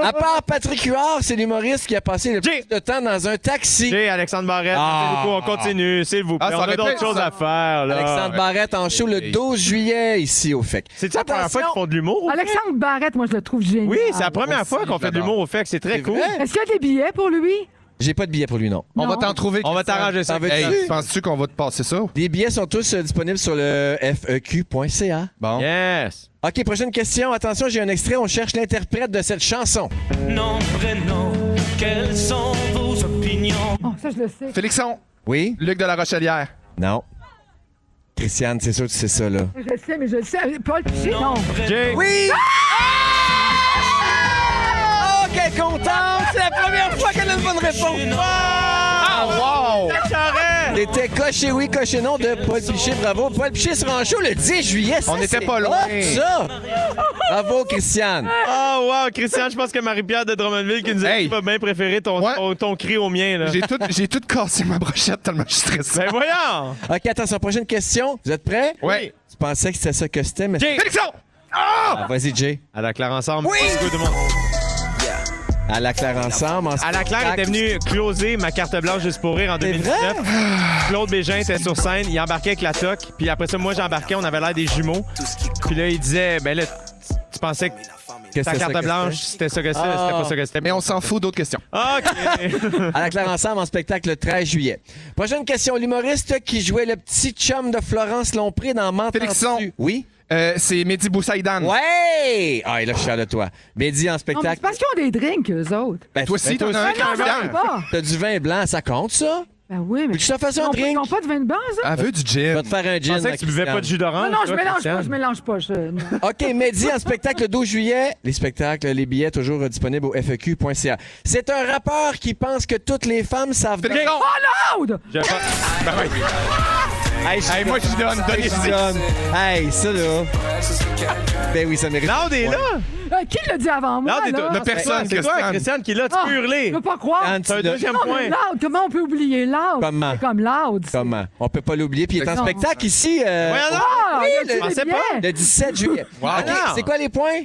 S4: À part Patrick Huard, c'est l'humoriste qui a passé le
S1: Jay.
S4: plus de temps dans un taxi.
S1: J'ai Alexandre Barrette,
S4: Ah.
S1: merci beaucoup, on continue, s'il vous plaît.
S3: Ah, ça
S1: on a
S3: aurait
S1: d'autres
S3: pu-
S1: choses
S3: ça-
S1: à faire, là.
S4: Alexandre Barrette en show le 12 juillet ici au FEC.
S1: C'est-tu la première
S4: Attention.
S1: fois qu'ils font de l'humour? au fait?
S2: Alexandre Barrette, moi, je le trouve génial.
S1: Oui,
S4: Ah,
S1: c'est la première
S3: Aussi,
S1: fois qu'on fait de
S3: j'adore.
S1: l'humour au FEC, c'est très
S4: C'est
S1: cool.
S4: vrai?
S2: Est-ce qu'il y a des billets pour lui?
S4: J'ai pas de billet pour lui, non.
S3: On va
S2: Non.
S3: t'en trouver.
S1: On va
S3: Christian.
S1: t'arranger ça.
S4: T'en veux-tu?
S3: Hey, penses-tu qu'on va te passer ça?
S4: Les billets sont tous euh, disponibles sur le E feq.ca.
S3: Bon.
S1: Yes.
S4: OK, prochaine question. Attention, j'ai un extrait. On cherche l'interprète de cette chanson.
S7: Non, prénom, quelles sont vos opinions?
S2: Oh, ça, je le sais.
S3: Félixon.
S4: Oui?
S3: Luc de la Rochelière.
S4: Non. Christiane, c'est sûr que c'est ça, là.
S2: Je le sais, mais je le sais. Paul Piché, non.
S1: Jay.
S4: Oui! Oh, quelle contente! C'est la première fois qu'elle a une bonne réponse. Ah,
S3: Wow!
S1: Charest.
S4: C'était coché oui, coché non de Paul Piché. Bravo. Paul Piché sera en show le 10 juillet. Ça,
S3: On n'était
S4: c'est
S3: pas loin.
S4: hot, ça! Bravo, Christiane.
S1: Oh, wow, Christian, je pense que Marie-Pierre de Drummondville qui nous a
S3: Hey.
S1: dit va bien préférer ton,
S3: Ouais.
S1: ton, ton cri au mien, là.
S3: J'ai tout, j'ai tout cassé ma brochette tellement je suis stressé.
S1: Ben voyons!
S4: OK, attention, prochaine question. Vous êtes prêts?
S3: Ouais.
S4: Tu pensais que c'était ça que c'était, mais...
S1: Jay.
S3: Félixon!
S4: Ah, Vas-y, Jay.
S1: À la Claire ensemble.
S4: Oui.
S1: let's go, tout le monde.
S4: À la claire ensemble. en
S1: À la Claire
S4: spectacle.
S1: était venu closer ma carte blanche juste pour rire en
S4: C'est
S1: 2019. Claude Bégin était sur scène, il embarquait avec la toque, puis après ça, moi j'embarquais, on avait l'air des jumeaux. Puis là, il disait, ben là, tu- tu pensais que
S4: Que
S1: ta
S4: c'était ça
S1: carte
S4: que
S1: blanche, c'était
S4: c'était?
S1: ça que c'était,
S4: Ah.
S1: c'était pas ça que c'était.
S3: [laughs] Mais on s'en fout d'autres questions.
S1: OK!
S4: À la claire ensemble en spectacle le 13 juillet. Prochaine question. L'humoriste qui jouait le petit chum de Florence Lompré dans Mentant.
S3: Félixon.
S4: Oui?
S3: Euh, c'est Mehdi Boussaïdan.
S1: Hmm.
S4: Ouais! Ah, et là, je suis fier de toi. Mehdi
S2: Non,
S4: en
S2: mais
S4: spectacle.
S2: c'est parce qu'ils ont des drinks, eux autres.
S4: Ben,
S3: Toi
S4: ben,
S3: aussi, t'en as un
S2: Ah non,
S3: qui
S2: j'en ai
S3: vient.
S2: pas.
S4: T'as du vin blanc, ça compte, ça?
S2: Ben oui, mais.
S4: Veux-tu que je te fasse un
S2: Ils ont-
S4: drink?
S2: Ils n'ont pas de vin de base, hein?
S3: Elle veut du
S4: Je
S3: gin.
S4: vais te faire un
S1: Je
S4: gin.
S1: pensais que tu buvais
S4: Christiane.
S1: pas de jus d'orange.
S2: Non, non, je
S1: Ah, toi,
S2: mélange
S1: Christiane.
S2: pas, je mélange pas. Je... non.
S4: OK, Mehdi en spectacle le 12 juillet. Les spectacles, les billets toujours euh, disponibles au feq.ca. C'est un rappeur qui pense que toutes les femmes savent danser.
S3: Félixon!
S2: Oh, Loud!
S1: Je pense-
S4: Hey, je-
S3: Hey, moi, je donne. Donnez
S4: je donne. Hey, ça là. Ben oui, ça mérite.
S1: Loud est là!
S2: Euh, qui l'a dit avant moi?
S1: Loud est
S2: là?
S1: là!
S3: personne,
S1: C'est toi,
S3: Christiane.
S1: Christiane, qui est là, tu
S2: Ah,
S1: peux hurler!
S2: Je peux pas croire.
S4: Anne, tu
S1: C'est un
S4: l'as-
S1: deuxième
S2: Non,
S1: point.
S2: mais loud, comment on peut oublier loud?
S4: Comment?
S2: C'est comme loud. c'est-
S4: Comment? On peut pas l'oublier. Puis il est en
S2: Non.
S4: spectacle ici euh,
S1: Voyons donc!
S2: Ah,
S4: Oui,
S2: il
S4: je
S2: a dit
S1: pensais
S2: des
S1: pas.
S2: biais.
S4: le 17 juillet.
S1: Wow.
S4: OK, c'est quoi les points?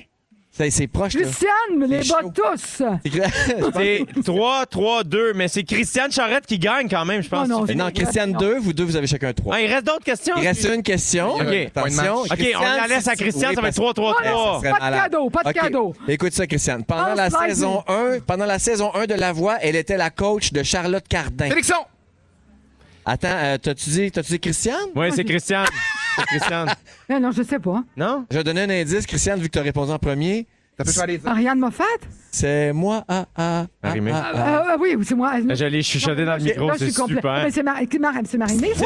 S4: C'est c'est proche, là.
S2: Christiane, les
S4: C'est
S2: bas
S4: chaud.
S2: tous.
S4: C'est gra-
S1: C'est 3, 3, 2, mais c'est Christiane Charette qui gagne quand même, je pense.
S2: Ah, Non, non,
S4: Mais non, Christiane 2, vous deux, vous avez chacun 3.
S1: Ah, il reste d'autres questions?
S4: Il reste une question.
S1: OK.
S4: Attention.
S3: Point de match.
S1: OK, on la laisse à Christiane, ça va être 3, 3,
S4: Eh, ça
S1: 3.
S4: serait
S2: Oh Pas de
S4: malade.
S2: cadeau, pas de
S4: OK.
S2: cadeau.
S4: Écoute ça, Christiane. Pendant
S2: Pense
S4: la,
S2: Lightning.
S4: saison 1, pendant la saison 1 de La Voix, elle était la coach de Charlotte Cardin.
S3: Félixon!
S4: Attends, euh, t'as-tu dit, t'as-tu dit Christiane?
S1: Oui, c'est Christiane. C'est Christiane.
S2: Eh, Non, non, je sais pas.
S1: Non?
S4: Je vais donner un indice, Christiane, vu que t'as répondu en premier.
S3: T'as pu faire les autres.
S2: Ariane Moffat?
S4: C'est moi, ah, ah, ah,
S1: Marimé.
S4: ah, ah.
S2: Euh, oui, oui, c'est moi. Non,
S1: J'allais chuchoter dans le
S2: je-
S1: micro,
S2: là, je
S1: c'est
S2: suis complète.
S1: super.
S2: Mais c'est Mar- c'est Mar- c'est Marimé. c'est-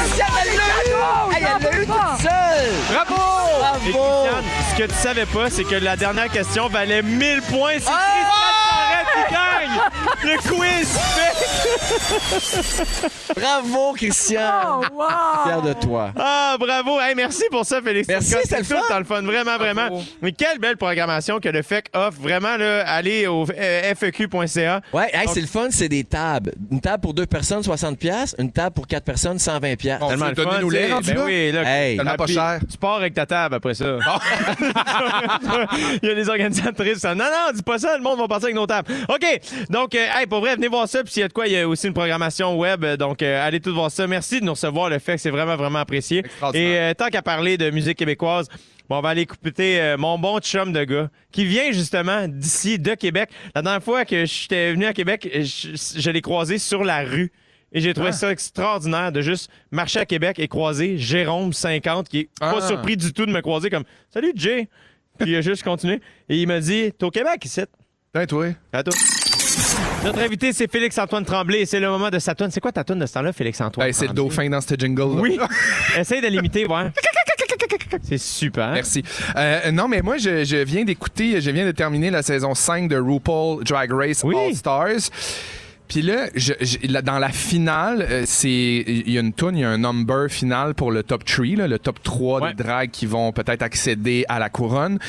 S4: Hey, elle l'a eu toute seule!
S1: Et
S4: Bravo!
S1: Christiane, ce que tu savais pas, c'est que la dernière question valait 1000 points. C'est
S2: Ah!
S1: Christiane Charette qui gagne! Le quiz fait!
S4: Bravo, Christiane!
S2: Oh, wow!
S4: Fier de toi.
S1: Ah, bravo! Hey, merci pour ça, Félix.
S4: Merci,
S1: Turcotte.
S4: c'était le
S1: tout
S4: fun.
S1: dans le fun. Vraiment, vraiment. Mais quelle belle programmation que le FEC offre. Vraiment, là, allez au euh, feq.ca.
S4: Ouais, hey, c'est le fun, c'est des tables. Une table pour deux personnes, 60$. piastres. Une table pour quatre personnes, 120$. piastres.
S3: Bon.
S1: le fun,
S3: donnez-nous-les,
S1: tu sais.
S3: rendu
S1: Ben
S3: là.
S1: oui, là,
S4: Hey.
S3: Tellement pas
S1: Puis,
S3: cher.
S1: Tu pars avec ta table après ça. [laughs] Il y a les organisatrices. ça, Non, non, dis pas ça, le monde va partir avec nos tables. OK. Donc, euh, hey, pour vrai, venez voir ça. Puis s'il y a de quoi, il y a aussi une programmation web. Euh, Donc, euh, allez tous voir ça. Merci de nous recevoir. Le fait que c'est vraiment, vraiment apprécié. Et
S3: Extraordinaire.
S1: euh, tant qu'à parler de musique québécoise, bon, on va aller écouter euh, mon bon chum de gars qui vient justement d'ici, de Québec. La dernière fois que j'étais venu à Québec, je, je l'ai croisé sur la rue. Et j'ai
S3: Ah.
S1: trouvé ça extraordinaire de juste marcher à Québec et croiser Jérôme 50, qui est pas
S3: Ah.
S1: surpris du tout de me croiser comme Salut Jay! Puis il a juste continué. Et il m'a dit T'es au Québec ici?
S3: Putain, toi.
S1: À toi. Notre invité, c'est Félix-Antoine Tremblay et c'est le moment de sa toune. C'est quoi ta toune de ce temps-là, Félix-Antoine?
S3: Hey, c'est le
S1: Tremblay?
S3: dauphin dans ce jingle. [laughs]
S1: Oui. Essaye de l'imiter, ouais. C'est super.
S3: Merci. Euh, non, mais moi, je, je viens d'écouter, je viens de terminer la saison 5 de RuPaul Drag Race
S1: Oui.
S3: All Stars. Puis là, je- je- là, dans la finale, euh, c'est il y a une tune, il y a un number final pour le top 3, le top 3
S1: Ouais.
S3: des drags qui vont peut-être accéder à la couronne.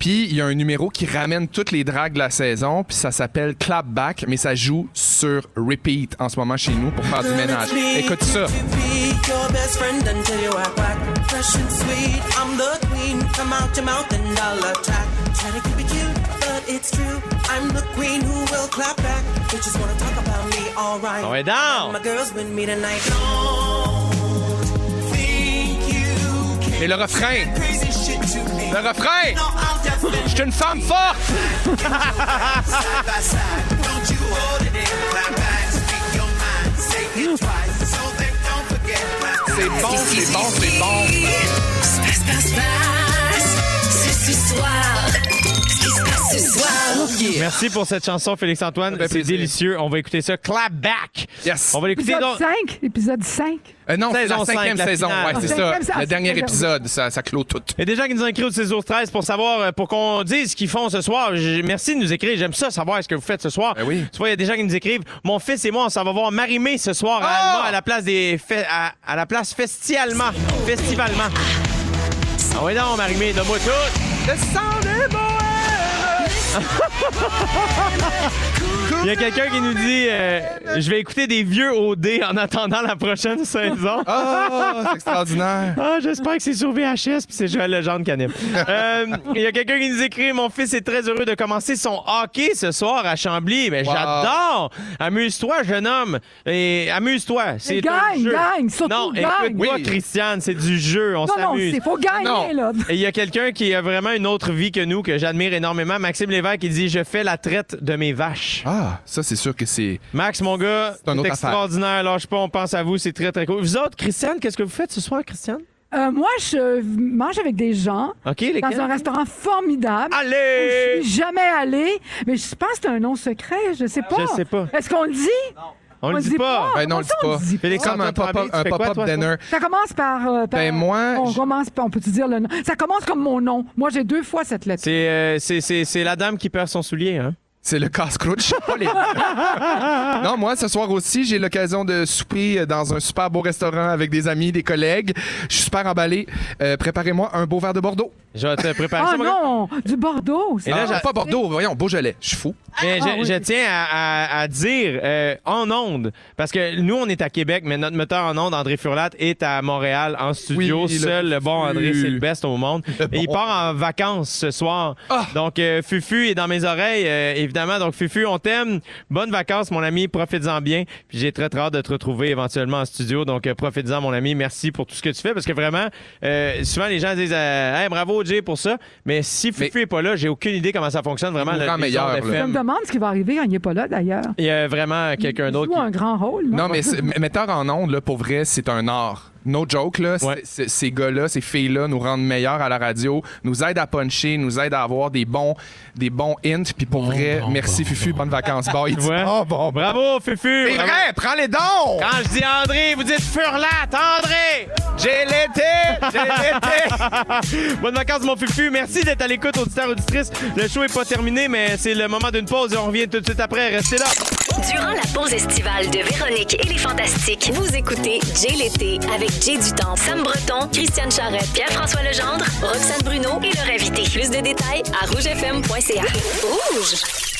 S3: Puis il y a un numéro qui ramène toutes les drags de la saison, puis ça s'appelle Clap Back, mais ça joue sur repeat en ce moment chez nous pour faire du ménage. Écoute ça.
S1: On est down!
S3: Et le refrain. Le refrain. Je suis une femme forte. C'est bon, c'est bon, c'est bon.
S1: Merci pour cette chanson, Félix-Antoine.
S3: fait
S1: C'est
S3: plaisir.
S1: délicieux. On va écouter ça. Clap back!
S3: Yes.
S1: On va l'écouter
S2: Épisode
S1: donc.
S2: 5, épisode 5.
S3: Euh, non, c'est
S1: Saison
S3: la cinquième
S1: cinq, la
S3: saison.
S1: finale.
S3: Ouais, c'est
S2: Ah,
S3: ça.
S2: cinquième,
S3: Le
S2: ah,
S3: dernier
S2: cinquième.
S3: épisode, ça, ça clôt tout.
S1: Il y a des gens qui nous ont écrit au 6 12 13 pour savoir, euh, pour qu'on dise ce qu'ils font ce soir. J- merci de nous écrire. J'aime ça, savoir ce que vous faites ce soir.
S3: Ben oui.
S1: Tu vois, il y a des gens qui nous écrivent. Mon fils et moi, on s'en va voir Marimé ce soir à
S3: Ah!
S1: Alma, à la place des, fe- à, à la place festialement, festivalement. Ah ouais, non, Marimé, donne-moi tout.
S3: Le sang des bohèmes.
S1: Il y a quelqu'un qui nous dit, euh, je vais écouter des vieux OD en attendant la prochaine saison.
S3: Ah, c'est extraordinaire.
S1: Ah, j'espère que c'est sur VHS puis c'est Joël Legendre Canib. Euh, Il y a quelqu'un qui nous écrit Mon fils est très heureux de commencer son hockey ce soir à Chambly. Mais
S3: Wow.
S1: j'adore Amuse-toi, jeune homme. Et amuse-toi. C'est
S2: gagne,
S1: un jeu.
S2: gagne, surtout
S1: Non,
S2: gagne.
S1: écoute-moi,
S3: Oui.
S1: Christiane, c'est du jeu. On
S2: Non, non,
S1: s'amuse.
S2: il faut gagner,
S3: Non.
S2: là.
S1: Et il y a quelqu'un qui a vraiment une autre vie que nous, que j'admire énormément. Maxime Lévesque, qui dit Je fais la traite de mes vaches.
S3: Ah, ça, c'est sûr que c'est.
S1: Max, mon gars,
S3: C'est un
S1: c'est
S3: autre
S1: extraordinaire. Lâche pas, on pense à vous. C'est très, très cool. Vous autres, Christiane, qu'est-ce que vous faites ce soir, Christiane
S2: Euh, moi, je mange avec des gens
S1: OK, les
S2: dans un restaurant formidable. où
S1: Ah, Allez!
S2: Je suis jamais allée, mais je pense que c'est un nom secret, je sais pas.
S1: Je sais pas.
S2: Est-ce qu'on le dit?
S1: On le
S2: le
S1: dit
S2: dit
S1: pas.
S2: pas.
S3: Ben non,
S2: Comment
S3: le
S2: ça, on le
S3: dis
S2: dit
S3: pas.
S1: Félix,
S3: Comme un
S1: toi,
S3: pop-up
S1: Félix, tu
S3: un
S1: fais quoi,
S3: pop-up
S1: toi,
S3: dinner.
S2: Ça commence par. euh, par-
S3: Ben, moi,
S2: On
S3: je-
S2: commence par- On peut-tu dire le nom? Ça commence comme mon nom. Moi, j'ai deux fois cette lettre.
S1: C'est, euh, c'est, c'est, c'est la dame qui perd son soulier, hein?
S3: C'est le
S1: [laughs]
S3: casse-croûte. Je sais pas les- non, moi, ce soir aussi, j'ai l'occasion de souper euh, dans un super beau restaurant avec des amis, des collègues. Je suis super emballé. Euh, Préparez-moi un beau verre de Bordeaux.
S1: Je vais te préparer
S2: Ah
S1: ça. mon gars.
S2: non! Du Bordeaux! c'est-
S1: Et là,
S3: Ah,
S1: j'a-
S3: pas Bordeaux, voyons, Beaujolais. Je suis fou.
S1: Mais je,
S2: Ah oui.
S1: je tiens à, à- à dire euh, en onde, parce que nous, on est à Québec, mais notre metteur en onde, André Furlat, est à Montréal en studio.
S3: Oui, le
S1: Seul le bon André,
S3: Fufu.
S1: c'est le best au monde. Et il
S3: bon.
S1: part en vacances ce soir.
S3: Ah!
S1: Donc, euh, Fufu est dans mes oreilles, euh, évidemment. Donc, Fufu, on t'aime. Bonnes vacances, mon ami. Profites-en bien. Puis j'ai très, très hâte de te retrouver éventuellement en studio. Donc, euh, profites-en, mon ami. Merci pour tout ce que tu fais, parce que vraiment, euh, souvent, les gens disent euh, Hey, bravo, Jay, pour ça. Mais si Fufu n'est pas là, j'ai aucune idée comment ça fonctionne vraiment.
S3: Il nous
S1: le-
S3: rend
S1: les
S3: meilleurs,
S1: ondes
S3: là.
S1: FM.
S2: Je me demande ce qui va arriver quand il n'est pas là, d'ailleurs.
S1: Il y a vraiment quelqu'un
S2: Il
S1: d'autre
S2: joue
S1: qui...
S2: un grand rôle. là.
S3: Non, mais c'est- mais metteur en onde, là, pour vrai, c'est un art. No joke, là, c'est-
S1: Ouais.
S3: c'est- ces gars-là, ces filles-là nous rendent meilleurs à la radio, nous aident à puncher, nous aident à avoir des bons, des bons hints. Puis pour vrai, merci Fufu, bonnes vacances. Bon, il dit,
S1: Ouais.
S3: oh, bon, bon.
S1: Ah, Bravo, Fufu!
S3: C'est
S1: bravo.
S3: vrai, prends les dons!
S1: Quand je dis André, vous dites Furlat, André!
S3: J'ai l'été! J'ai l'été!
S1: [laughs] Bonnes vacances, mon Fufu. Merci d'être à l'écoute, auditeurs, auditrices. Le show est pas terminé, mais c'est le moment d'une pause et on revient tout de suite après. Restez là.
S5: Durant la pause estivale de Véronique et les Fantastiques, vous écoutez Jay l'été avec Jay Dutemps, Sam Breton, Christiane Charrette, Pierre-François Legendre, Roxane Bruno et leur invité. Plus de détails à rougefm.ca. Rouge!